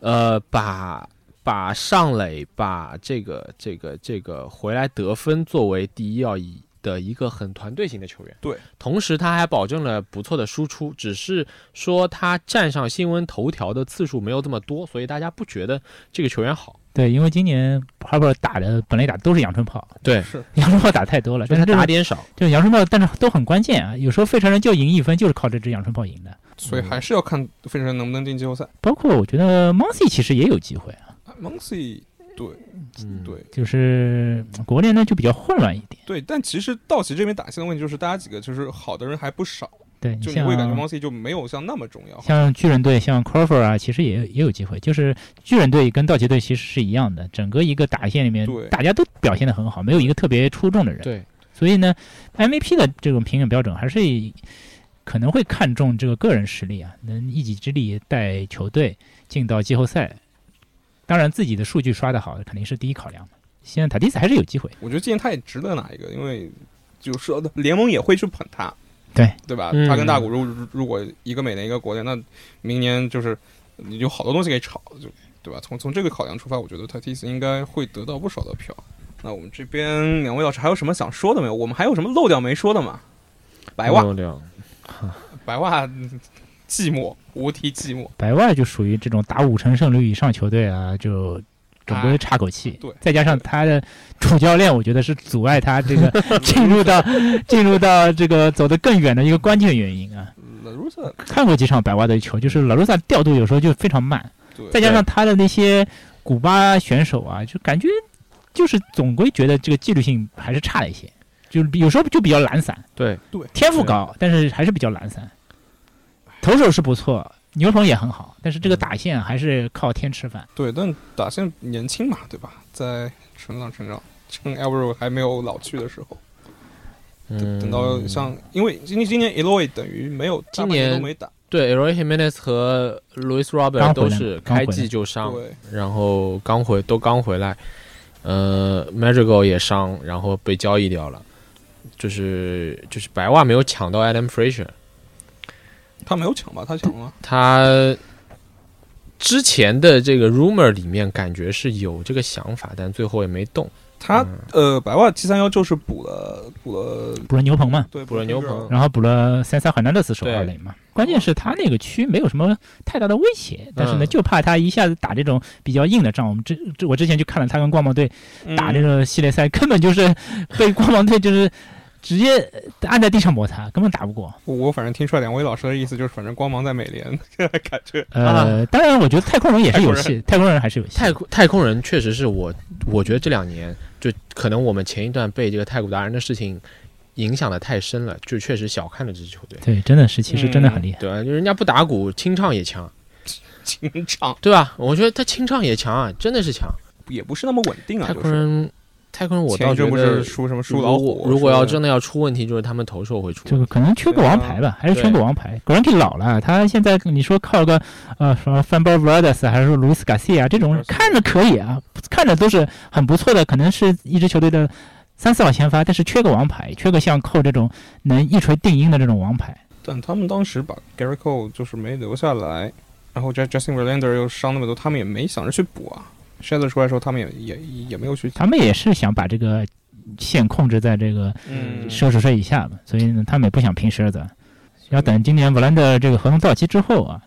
Speaker 5: 呃，把把上垒、把这个这个这个回来得分作为第一要义的一个很团队型的球员。
Speaker 4: 对，
Speaker 5: 同时他还保证了不错的输出，只是说他站上新闻头条的次数没有这么多，所以大家不觉得这个球员好。
Speaker 6: 对，因为今年 Harper 打的本来打都是阳春炮，
Speaker 5: 对，
Speaker 4: 是
Speaker 6: 阳春炮打太多了，
Speaker 5: 就
Speaker 6: 但
Speaker 5: 是
Speaker 6: 是
Speaker 5: 他打
Speaker 6: 这
Speaker 5: 点少，
Speaker 6: 就阳春炮，但是都很关键啊。有时候费城人就赢一分，就是靠这支阳春炮赢的。
Speaker 4: 所以还是要看费城人能不能进季后赛。
Speaker 6: 包括我觉得 Moncy 其实也有机会啊，
Speaker 4: m o n c y 对
Speaker 5: 嗯，
Speaker 4: 对
Speaker 6: 就是嗯国内呢就比较混乱一点。
Speaker 4: 对，但其实道奇这边打线的问题就是，大家几个就是好的人还不少，
Speaker 6: 对，
Speaker 4: 就你
Speaker 5: 啊
Speaker 6: 像
Speaker 4: 会感觉 m o n c y 就没有像那么重要。
Speaker 6: 像巨人队、像 Crawford 啊，其实也也有机会。就是巨人队跟道奇队其实是一样的，整个一个打线里面
Speaker 4: 对，
Speaker 6: 大家都表现得很好，没有一个特别出众的人。
Speaker 5: 对，
Speaker 6: 所以呢，MVP 的这种评选标准还是以可能会看重这个个人实力啊，能一己之力带球队进到季后赛。当然，自己的数据刷得好肯定是第一考量嘛。现在塔蒂斯还是有机会，
Speaker 4: 我觉得今年他也值得拿一个，因为就是联盟也会去捧他，
Speaker 6: 对
Speaker 4: 对吧？
Speaker 5: 嗯
Speaker 4: 他跟大谷如如如果一个美联一个国联，那明年就是你有好多东西可以炒，就对吧？从从这个考量出发，我觉得 Tatis 应该会得到不少的票。那我们这边两位老师还有什么想说的没有？我们还有什么漏掉没说的吗？白袜，
Speaker 5: 用掉
Speaker 4: 白袜，嗯寂寞，无敌寂寞。
Speaker 6: 白袜就属于这种打五成胜率以上球队啊，就总归
Speaker 4: 啊
Speaker 6: 差口气。
Speaker 4: 对
Speaker 6: 再加上他的主教练，我觉得是阻碍他这 个进入到进入到这个走得更远的一个关键原因啊。
Speaker 4: La Russa，
Speaker 6: 看过几场白袜的球，就是老罗萨调度有时候就非常慢，
Speaker 4: 对，
Speaker 6: 再加上他的那些古巴选手啊，就感觉就是总归觉得这个纪律性还是差了一些，就是比有时候就比较懒散。
Speaker 5: 对，
Speaker 6: 天赋高，但是还是比较懒散。投手是不错，牛棚也很好，但是这个打线还是靠天吃饭。
Speaker 4: 对，但打线年轻嘛，对吧？在成长成长，趁 Alvaro 还没有老去的时候。
Speaker 5: 嗯，
Speaker 4: 等到像，因为今今年 Eloy 等于没有，
Speaker 5: 今
Speaker 4: 大半年
Speaker 5: 年
Speaker 4: 都没打，
Speaker 5: 对 e r o y Jimenez 和 Luis
Speaker 6: 刚
Speaker 5: Robert
Speaker 6: 回来
Speaker 5: 都
Speaker 6: 嘛
Speaker 5: 是
Speaker 6: 刚回
Speaker 5: 开
Speaker 6: 来
Speaker 5: 季就伤，
Speaker 4: 对，
Speaker 5: 然后刚回都刚回来，呃，Madrigal 也伤，然后被交易掉了，就是就是白袜没有抢到 Adam Fraser，
Speaker 4: 他没有抢吧？他抢了，
Speaker 5: 嗯他之前的这个 rumor 里面感觉是有这个想法，但最后也没动。
Speaker 4: 他
Speaker 5: 嗯
Speaker 4: 呃，白袜七三幺就是补了补了，
Speaker 6: 补了牛棚嘛，
Speaker 4: 对，
Speaker 5: 补了牛棚
Speaker 4: 了
Speaker 6: 然后补了三三海南德斯守
Speaker 5: 对
Speaker 6: 二垒嘛。关键是他那个区没有什么太大的威胁，但是呢，
Speaker 5: 嗯
Speaker 6: 就怕他一下子打这种比较硬的仗。我们之这我之前就看了他跟光芒队打这
Speaker 4: 嗯
Speaker 6: 种系列赛，根本就是被光芒队就是直接按在地上摩擦，根本打不过。
Speaker 4: 嗯我我反正听出来两位老师的意思就是，反正光芒在美联， 这感觉
Speaker 6: 呃，当然，我觉得太空人也是有戏，太空人还是有戏。
Speaker 5: 太空太空人确实是我，我觉得这两年就可能我们前一段被这个太古达人的事情影响的太深了，就确实小看了这支球队。
Speaker 6: 对，真的是，其实真的很厉害。
Speaker 5: 对啊，就人家不打鼓，清唱也强，
Speaker 4: 情场
Speaker 5: 对吧？我觉得他清唱也强啊，真的是强。
Speaker 4: 也不是那么稳定啊。
Speaker 5: 太
Speaker 4: 就
Speaker 5: 空
Speaker 4: 是
Speaker 5: 人，太空人，我
Speaker 4: 前
Speaker 5: 倒
Speaker 4: 一
Speaker 5: 觉
Speaker 4: 阵不
Speaker 5: 得
Speaker 4: 是输什么
Speaker 5: 如
Speaker 4: 输老
Speaker 5: 果
Speaker 4: 虎，
Speaker 5: 如果要真
Speaker 4: 的
Speaker 5: 的要出问题，就是他们投手会出
Speaker 6: 这个可能缺个王牌吧，还是缺个王牌。格兰 y 老了，他现在你说靠个呃什么 Fambol v a d a s 还是说卢斯卡西亚这种，看着可以啊，看着都是很不错的，可能是一支球队的三四号先发，但是缺个王牌，缺个像扣这种能一锤定音的这种王牌。
Speaker 4: 但他们当时把 Gary Cole 就是没留下来，然后 Jas- Justin Verlander 又伤那么多，他们也没想着去补啊。Shader 出来的时候，他们也也也也没有去，
Speaker 6: 他们也是想把这个线控制在这个
Speaker 4: 嗯，
Speaker 6: 奢侈税以下嘛，所以呢，他们也不想拼狮子，要等今年 v 兰 l 这个合同到期之后啊，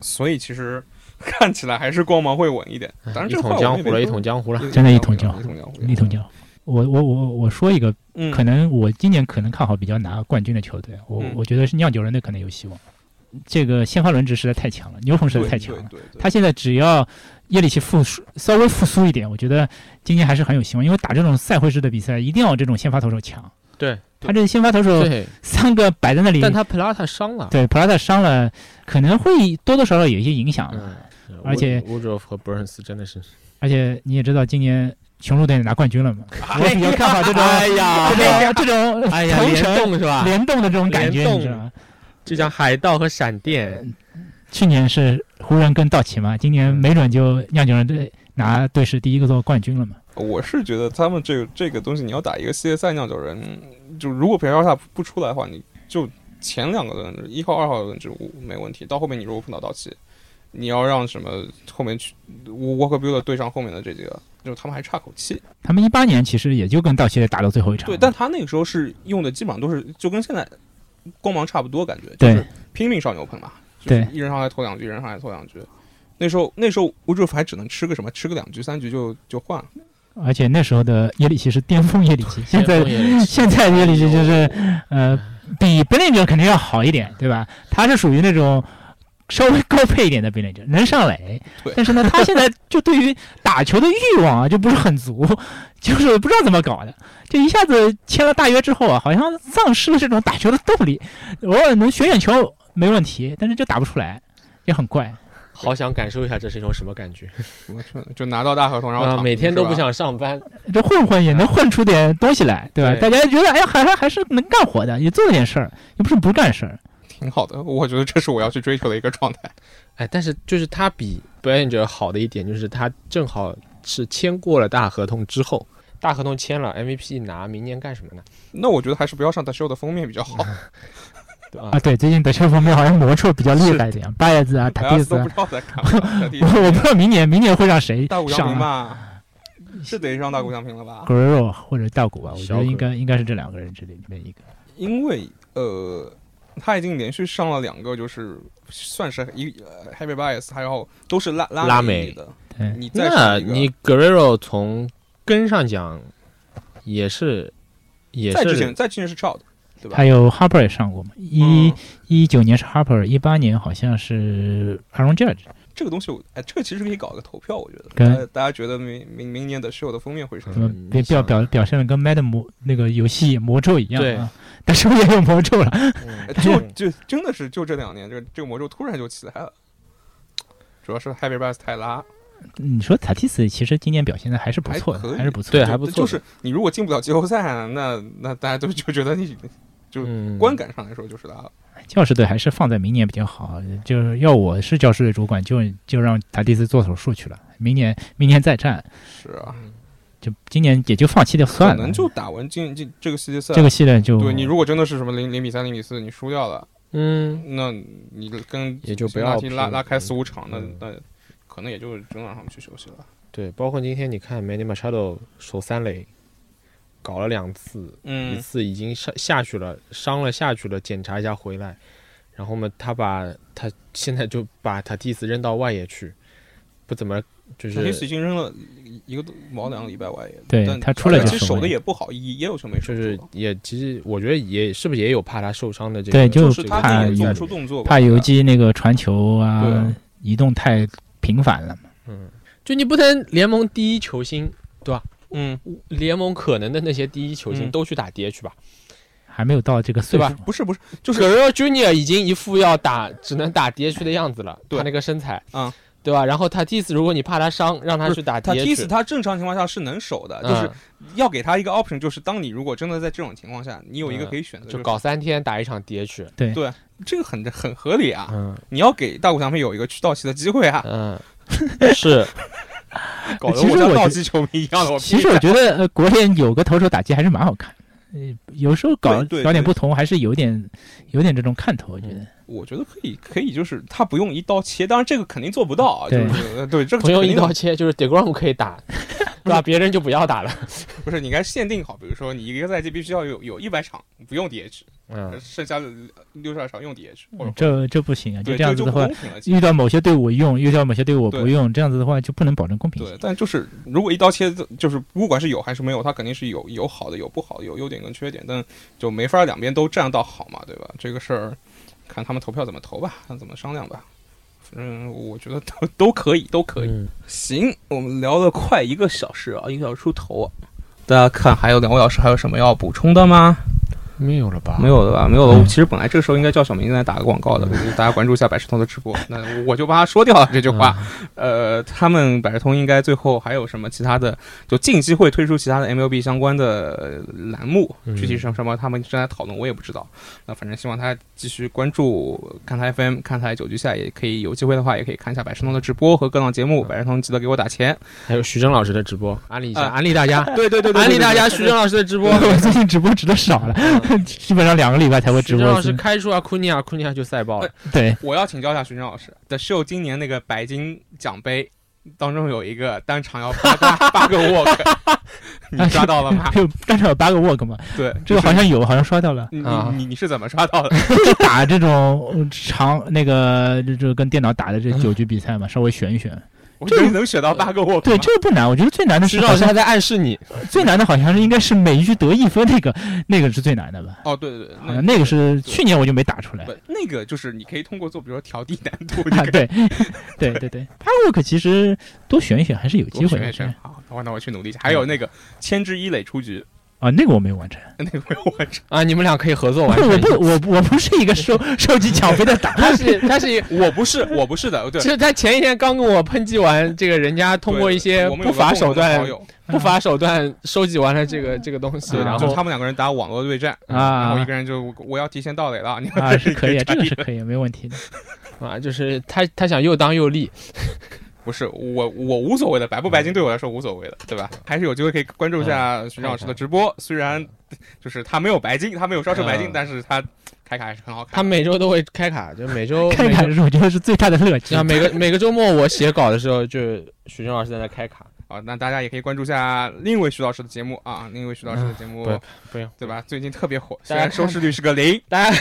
Speaker 4: 所以其实 看起来还是光芒会稳一点。
Speaker 6: 嗯
Speaker 4: 当然
Speaker 5: 哎一
Speaker 4: 这个
Speaker 5: 统
Speaker 4: 话我
Speaker 5: 江
Speaker 4: 们也
Speaker 5: 湖了，
Speaker 4: 没
Speaker 5: 一
Speaker 4: 说
Speaker 5: 统江湖了。
Speaker 6: 真的一
Speaker 4: 统
Speaker 6: 统
Speaker 4: 江湖
Speaker 6: 江
Speaker 4: 一
Speaker 6: 湖
Speaker 4: 统江湖，
Speaker 6: 李统教，我我我我说一个
Speaker 4: 嗯，
Speaker 6: 可能我今年可能看好比较拿冠军的球队，我、
Speaker 4: 嗯
Speaker 6: 我觉得是酿酒人队可能有希望。这个先发轮值实在太强了，牛棚实
Speaker 4: 对
Speaker 6: 在太强了。
Speaker 4: 对对对
Speaker 6: 他现在只要耶里奇复苏稍微复苏一点，我觉得今年还是很有希望。因为打这种赛会式的比赛，一定要这种先发投手强。
Speaker 5: 对
Speaker 6: 他这先发投手
Speaker 5: 对，
Speaker 6: 三个摆在那里，
Speaker 5: 但他 Plata 伤了，
Speaker 6: 对普拉特伤了，可能会多多少少有一些影响。
Speaker 5: 嗯，
Speaker 6: 而且
Speaker 5: w o o d r o 和 Burns 真的是，
Speaker 6: 而且你也知道，今年雄鹿队拿冠军了 嘛，
Speaker 4: 哎
Speaker 6: 我比较看好这种、
Speaker 5: 呀
Speaker 6: 这种这种
Speaker 5: 啊 哎呀，
Speaker 6: 同
Speaker 5: 联
Speaker 6: 城
Speaker 5: 动是吧？
Speaker 6: 联动的这种感觉，
Speaker 5: 联动
Speaker 6: 你知道吗？
Speaker 5: 就像海盗和闪电，
Speaker 6: 去年是湖人跟道奇嘛，今年没准就酿酒人队拿队史第一个做冠军了嘛。
Speaker 4: 我是觉得他们这个这个东西，你要打一个系列赛酿酒人，就如果皮尔塔不出来的话，你就前两个轮子一号、二号轮子没问题，到后面你如果碰到道奇，你要让什么后面去沃克 b u 对上后面的这几个，就他们还差口气。
Speaker 6: 他们一八年其实也就跟道奇队打到最后一场，
Speaker 4: 对，但他那个时候是用的基本上都是就跟现在光芒差不多，感觉就
Speaker 6: 对
Speaker 4: 是拼命上牛棚嘛，
Speaker 6: 对
Speaker 4: 一人上来投两局，一人上来投两局。那时候那时候吴志福还只能吃个什么，吃个两局三局就就换了。
Speaker 6: 而且那时候的耶里奇是巅峰耶里奇，
Speaker 4: 呃
Speaker 6: 现在
Speaker 5: 联动也
Speaker 6: 现在耶里奇就是呃比 b e l l i n g e r 肯定要好一点，对吧？他是属于那种稍微高配一点的 b e l l i n g e r 能上垒
Speaker 4: 对，
Speaker 6: 但是呢，他现在就对于打球的欲望啊就不是很足， 就是不知道怎么搞的，就一下子签了大约之后啊，好像丧失了这种打球的动力，偶尔能选选球没问题，但是就打不出来，也很怪。
Speaker 5: 好想感受一下这是一种什么感觉
Speaker 4: 我去，就拿到大合同，然后
Speaker 5: 啊！
Speaker 4: 躺
Speaker 5: 每
Speaker 4: 平
Speaker 5: 天
Speaker 4: 是
Speaker 5: 都
Speaker 4: 吧
Speaker 5: 不想上班，
Speaker 6: 这混混也能混出点东西来，对吧？大
Speaker 5: 对
Speaker 6: 家觉得哎呀，还还还是能干活的，也做了点事儿，也不是不干事儿。
Speaker 4: 挺好的，我觉得这是我要去追求的一个状 态。
Speaker 5: 哎，但是就是他比 b r a n g e r 好的一点就是他正好是签过了大合同之后，大合同签了 MVP 拿，明年干什么呢？
Speaker 4: 那我觉得还是不要上大秀的封面比较好，
Speaker 6: 嗯
Speaker 5: 对吧
Speaker 6: 啊，？对，最近德球方面好像魔咒比较厉害一点，巴耶兹啊、
Speaker 4: 大
Speaker 6: 塔
Speaker 4: 家都
Speaker 6: 蒂斯
Speaker 4: 不
Speaker 6: 啊
Speaker 4: 知，道在干 嘛。
Speaker 6: 我我不知道明年明年会让谁
Speaker 4: 大谷翔
Speaker 6: 上
Speaker 4: 平
Speaker 6: 啊
Speaker 4: 吧，是得让大谷翔平了吧？
Speaker 6: 格瑞肉或者道古吧，我觉
Speaker 5: 小
Speaker 6: 得
Speaker 5: 格
Speaker 6: 应该应该是这两个人之里面一个。
Speaker 4: 因为呃，他已经连续上了两个，就是算是一呃 Happy Bias，还有都是拉拉
Speaker 5: 拉
Speaker 4: 美
Speaker 5: 美
Speaker 4: 的。
Speaker 6: 对，
Speaker 4: 你再
Speaker 5: 那
Speaker 4: 上一个
Speaker 5: 你 Guerrero 从根上讲也是也
Speaker 4: 在之前
Speaker 5: 是
Speaker 4: 在之前是 Child，对吧
Speaker 6: 还？有 Harper 也上过嘛？一
Speaker 4: 嗯
Speaker 6: 一九年是 Harper，一八年好像是 Aaron Judge。
Speaker 4: 这个东西我，哎，这个其实可以搞个投票，我觉得。
Speaker 6: 对
Speaker 4: 大家大家觉得明明明年的 show 的封面会是什
Speaker 6: 什
Speaker 4: 么？
Speaker 6: 么
Speaker 5: 嗯
Speaker 6: 表表表表现的跟 Mad 魔那个游戏魔咒一样
Speaker 5: 对
Speaker 6: 啊， 但是也有魔咒了。
Speaker 4: 哎
Speaker 5: 嗯
Speaker 4: 就就真的是就这两年，这个这个魔咒突然就起来了，主要是 Happy Bias 太拉。
Speaker 6: 嗯你说塔蒂斯其实今年表现的还是不错
Speaker 4: 还可
Speaker 6: 的，
Speaker 4: 以
Speaker 6: 还是不错
Speaker 5: 对
Speaker 6: 的。
Speaker 5: 还不
Speaker 4: 就
Speaker 5: 错
Speaker 4: 就是你如果进不了季后赛，啊那那大家都就觉得你
Speaker 5: 嗯
Speaker 4: 观感上来说就是拉。
Speaker 6: 教士队还是放在明年比较好。就是要我是教士队主管，就就让塔蒂斯做手术去了，明年明年再战，
Speaker 4: 是啊，
Speaker 6: 就今年也就放弃掉
Speaker 4: 可
Speaker 6: 算了
Speaker 4: 能。就打完进进这个系列赛。
Speaker 6: 这个系列就
Speaker 4: 对你如果真的是什么零零比三、零比四，你输掉了，
Speaker 5: 嗯
Speaker 4: 那你跟
Speaker 5: 也就不
Speaker 4: 辛辛那
Speaker 5: 要
Speaker 4: 提拉
Speaker 5: 拼
Speaker 4: 拉开四五场，那
Speaker 5: 嗯
Speaker 4: 那可能也就真的让他们去休息了。
Speaker 5: 对，包括今天你看 Manny Machado 守三垒搞了两次，一
Speaker 4: 嗯，
Speaker 5: 次已经上下去了，伤了下去了，检查一下回来，然后嘛，他把他现在就把塔蒂斯扔到外野去，不怎么就
Speaker 4: 他
Speaker 5: 是
Speaker 4: 去水晶扔了一个多毛两个礼拜外野，
Speaker 6: 对
Speaker 4: 但
Speaker 6: 他出来
Speaker 4: 而且
Speaker 6: 就守
Speaker 4: 守的
Speaker 6: 卫
Speaker 4: 也不好，也也有球没守
Speaker 5: 就
Speaker 4: 住
Speaker 5: 是
Speaker 4: 的
Speaker 5: 也其实我觉得也是不是也有怕他受伤的这个
Speaker 6: 对就
Speaker 4: 就是他自己也做不
Speaker 5: 在里
Speaker 4: 出
Speaker 5: 面
Speaker 4: 动作吧，
Speaker 6: 怕游击那个传球
Speaker 4: 对
Speaker 6: 啊
Speaker 4: 啊，
Speaker 6: 移动太频繁了嘛。
Speaker 5: 嗯，就你不能联盟第一球星，
Speaker 4: 嗯，
Speaker 5: 联盟可能的那些第一球星
Speaker 4: 嗯
Speaker 5: 都去打 DH 吧？
Speaker 6: 还没有到这个岁数
Speaker 5: 对
Speaker 6: 嘛，
Speaker 4: 不是不是，就
Speaker 5: 就是是 Guerrero Junior 已经一副要打只能打 DH 的样子了，
Speaker 4: 对
Speaker 5: 他那个身材，
Speaker 4: 嗯，
Speaker 5: 对吧？然后他 Tis，如果你怕他伤，让他
Speaker 4: 不
Speaker 5: 去打 DH，
Speaker 4: 他踢死他正常情况下是能守的，就是
Speaker 5: 嗯
Speaker 4: 要给他一个 option，就是当你如果真的在这种情况下，你有一个
Speaker 5: 嗯
Speaker 4: 可以选择，
Speaker 5: 就是搞三天打一场 DH，
Speaker 4: 这个很很合理啊，
Speaker 5: 嗯
Speaker 4: 你要给大谷翔平有一个去道奇的机会啊，
Speaker 5: 嗯， 是
Speaker 4: 嗯搞得
Speaker 6: 其实
Speaker 4: 我像
Speaker 6: 我
Speaker 4: 道
Speaker 6: 觉
Speaker 4: 奇球迷一样的，我
Speaker 6: 其
Speaker 4: 屁
Speaker 6: 实我觉得呃，国联有个投手打击还是蛮好看，呃，有时候搞
Speaker 4: 对对嗯
Speaker 6: 搞点
Speaker 4: 对
Speaker 6: 不同，还是有点有点这种看头，我觉得。
Speaker 4: 我觉得可以，可以，就是他不用一刀切，当然这个肯定做不到啊，就
Speaker 6: 对
Speaker 4: 是呃对这个
Speaker 5: 不用一
Speaker 4: 肯
Speaker 5: 刀
Speaker 4: 定
Speaker 5: 切，就是 Degrom 可以打，对 吧？别人就不要打了，
Speaker 4: 不是，你应该限定好，比如说你一个赛季必须要有有一百场不用 DH，
Speaker 5: 嗯，
Speaker 4: 剩下的六十二场用 DH，或者
Speaker 6: 这这不行啊！
Speaker 4: 对
Speaker 6: 这样子
Speaker 4: 就
Speaker 6: 的
Speaker 4: 不
Speaker 6: 话
Speaker 4: 公，平了。其实
Speaker 6: 遇到某些队伍用，遇到某些队伍我不
Speaker 4: 对
Speaker 6: 用，这样子的话就不能保证公平性
Speaker 4: 对，。但就是如果一刀切，就是不管是有还是没有，它肯定是有有好的，有不好的，有优点跟缺点，但就没法两边都占到好嘛，对吧？这个事儿看他们投票怎么投吧，看怎么商量吧。反正我觉得都都可以，都可以。
Speaker 5: 嗯
Speaker 4: 行，我们聊了快一个小时啊，一个小时出头啊。大家看，还有两个小时，还有什么要补充的吗？
Speaker 5: 没有了吧
Speaker 4: 没有的吧？没有的。其实本来这个时候应该叫小明来打个广告的，就是大家关注一下百事通的直播。那我就把他说掉了这句话。呃，他们百事通应该最后还有什么其他的？就近期会推出其他的 MLB 相关的呃栏目，
Speaker 5: 嗯
Speaker 4: 具体是什么，他们正在讨论，我也不知道。那反正希望大家继续关注看台 FM，看台九局下也可以有机会的话，也可以看一下百事通的直播和各档节目。百事通记得给我打钱。
Speaker 5: 还有徐峥老师的直播，安利一下，
Speaker 4: 啊
Speaker 5: 安利大家，
Speaker 4: 对对对对，
Speaker 5: 安利
Speaker 4: 对
Speaker 5: 大。
Speaker 4: 对
Speaker 5: 家徐峥老师的 直播。嗯
Speaker 6: 我最近直播值的少 了，基本上两个礼拜才会直
Speaker 5: 徐峥
Speaker 6: 播
Speaker 5: 老
Speaker 6: 一
Speaker 5: 师
Speaker 6: 次。
Speaker 5: 开出啊，库尼亚，库尼亚就赛爆了。
Speaker 6: 对，
Speaker 4: 我要请教一下徐峥老师，The Show 今年那个白金奖杯当中有一个单场要 八个八个 walk，你 刷到了吗？
Speaker 6: 就单场有八个 work 嘛，
Speaker 4: 对，
Speaker 6: 这个好像有，好像刷到了。
Speaker 4: 你
Speaker 5: 啊
Speaker 4: 你你你是怎么刷到的？
Speaker 6: 就是打这种呃长那个这这跟电脑打的这九局比赛嘛，稍微选一选。
Speaker 4: 我觉得你能选到八个 walk，
Speaker 6: 对，
Speaker 4: 吗
Speaker 6: 这个不难，我觉得最难的
Speaker 5: 徐
Speaker 6: 是
Speaker 5: 峥
Speaker 6: 好
Speaker 5: 老师
Speaker 6: 像
Speaker 5: 还在暗示你，
Speaker 6: 最难的好像是应该是每一局得一分那个那个是最难的吧？
Speaker 4: 哦，对对对，
Speaker 6: 好
Speaker 4: 那
Speaker 6: 像那个是去年我就没打出来。
Speaker 4: 不那个就是你可以通过做，比如说调低难 度，你
Speaker 6: 啊，
Speaker 4: 可以
Speaker 6: 对，对对对 p a r k 其实多选一选还是有机
Speaker 4: 多
Speaker 6: 会
Speaker 4: 选
Speaker 6: 的
Speaker 4: 一选。好，那我那我去努力一下。还有那个牵制一垒出局，
Speaker 6: 啊，那个我没有完成，
Speaker 4: 那个我
Speaker 5: 啊，你们俩可以合作完
Speaker 6: 不是
Speaker 5: 成
Speaker 6: 我
Speaker 5: 一下。
Speaker 6: 不我不我不是一个收收集奖杯的打，
Speaker 5: 他是他是，
Speaker 4: 我不是我不是的，对
Speaker 5: 其，实他前一天刚跟我抨击完这个人家通过
Speaker 4: 对
Speaker 5: 一些
Speaker 4: 我们有
Speaker 5: 不
Speaker 4: 个
Speaker 5: 法
Speaker 4: 共同的
Speaker 5: 手段
Speaker 4: 好友
Speaker 5: 不法手段收集完了这个这个东西，
Speaker 4: 对，
Speaker 6: 啊
Speaker 4: 然
Speaker 5: 然
Speaker 4: 后
Speaker 5: 后
Speaker 4: 他们两个人打网络对战
Speaker 6: 啊
Speaker 4: 然后一个人就我我要提前到垒了，你们
Speaker 6: 啊，是 可以，这
Speaker 4: 传
Speaker 6: 个
Speaker 4: 递
Speaker 6: 是可以，没问题的。
Speaker 5: 啊，就是他他想又当又立，
Speaker 4: 不是我，我无所谓的，白不白金对我来说无所谓的，对吧？还是有机会可以关注一
Speaker 6: 嗯
Speaker 4: 下徐峥老师的直播，虽然就是他没有白金，他没有烧成白金
Speaker 5: 嗯，
Speaker 4: 但是他开卡还是很好看。
Speaker 5: 他每周都会开卡，就每周
Speaker 6: 看
Speaker 5: 每
Speaker 6: 卡
Speaker 5: 周
Speaker 6: 的时候，我觉得是最大的乐趣
Speaker 5: 啊，。每个每个周末我写稿的时候，就徐峥老师在那开卡，
Speaker 4: 啊，那大家也可以关注一下另一位徐老师的节目啊，另一位徐老师的节目，
Speaker 5: 嗯不用
Speaker 4: 对吧？最近特别火，虽
Speaker 5: 大家
Speaker 4: 然
Speaker 5: 看
Speaker 4: 收视率是个零，
Speaker 5: 大家，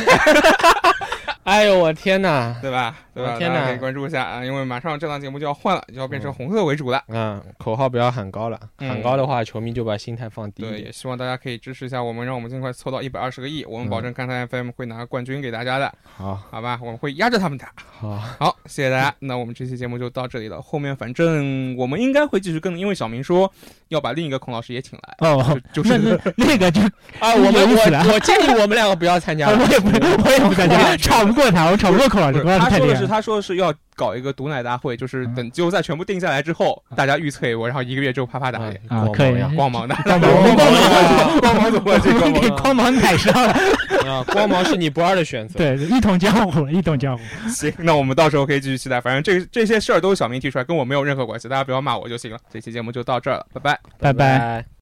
Speaker 5: 哎呦我天哪，
Speaker 4: 对吧？对吧？
Speaker 5: 我天
Speaker 4: 大
Speaker 5: 哪哦
Speaker 4: 家可以关注一下啊，因为马上这档节目就要换了，就要变成红色为主了。
Speaker 5: 嗯，口号不要喊高了，
Speaker 4: 嗯
Speaker 5: 喊高的话，球迷就把心态放低一
Speaker 4: 对，也
Speaker 5: 点。
Speaker 4: 希望大家可以支持一下我们，让我们尽快凑到一百二十个亿，我
Speaker 5: 嗯
Speaker 4: 们保证看台 FM 会拿冠军给大家的，
Speaker 5: 好，
Speaker 4: 好吧？我们会压着他们打。
Speaker 5: 好，
Speaker 4: 好，谢谢大家。那我们这期节目就到这里了。后面反正我们应该会继续更，因为小明说要把另一个孔老师也请来，
Speaker 6: 哦，
Speaker 4: 就
Speaker 6: 那
Speaker 4: 是
Speaker 6: 那那 个就
Speaker 5: 啊，我们
Speaker 6: 有意思了
Speaker 5: 我我建议我们两个不要参加
Speaker 6: 啊
Speaker 5: 了
Speaker 6: 我，也不我也不敢讲，吵不过他，我啊吵不过孔老
Speaker 4: 不是
Speaker 6: 师，孔老师
Speaker 4: 他
Speaker 6: 太
Speaker 4: 说
Speaker 6: 厉
Speaker 4: 的
Speaker 6: 害
Speaker 4: 是
Speaker 6: 了。
Speaker 4: 他说的是要搞一个毒奶大会，就是
Speaker 6: 嗯
Speaker 4: 等季后赛全部定下来之后，大家预测我，然后一个月之后啪啪打脸。
Speaker 6: 啊
Speaker 5: 光
Speaker 6: 可以
Speaker 5: 芒呀
Speaker 4: 光芒 的，
Speaker 6: 光
Speaker 5: 芒
Speaker 4: 光
Speaker 5: 光
Speaker 4: 芒，
Speaker 5: 芒
Speaker 4: 光芒怎么
Speaker 6: 我
Speaker 4: 了？这光
Speaker 6: 们
Speaker 4: 芒
Speaker 6: 给光芒 逮上了，
Speaker 5: 啊，光芒是你不二的选 择。
Speaker 6: 对，一统江湖了，一统江湖。
Speaker 4: 行，那我们到时候可以继续期待。反正这这些事儿都是小明提出来，跟我没有任何关系，大家不要骂我就行了。这期节目就到这儿了，拜拜。
Speaker 6: 拜拜
Speaker 5: 拜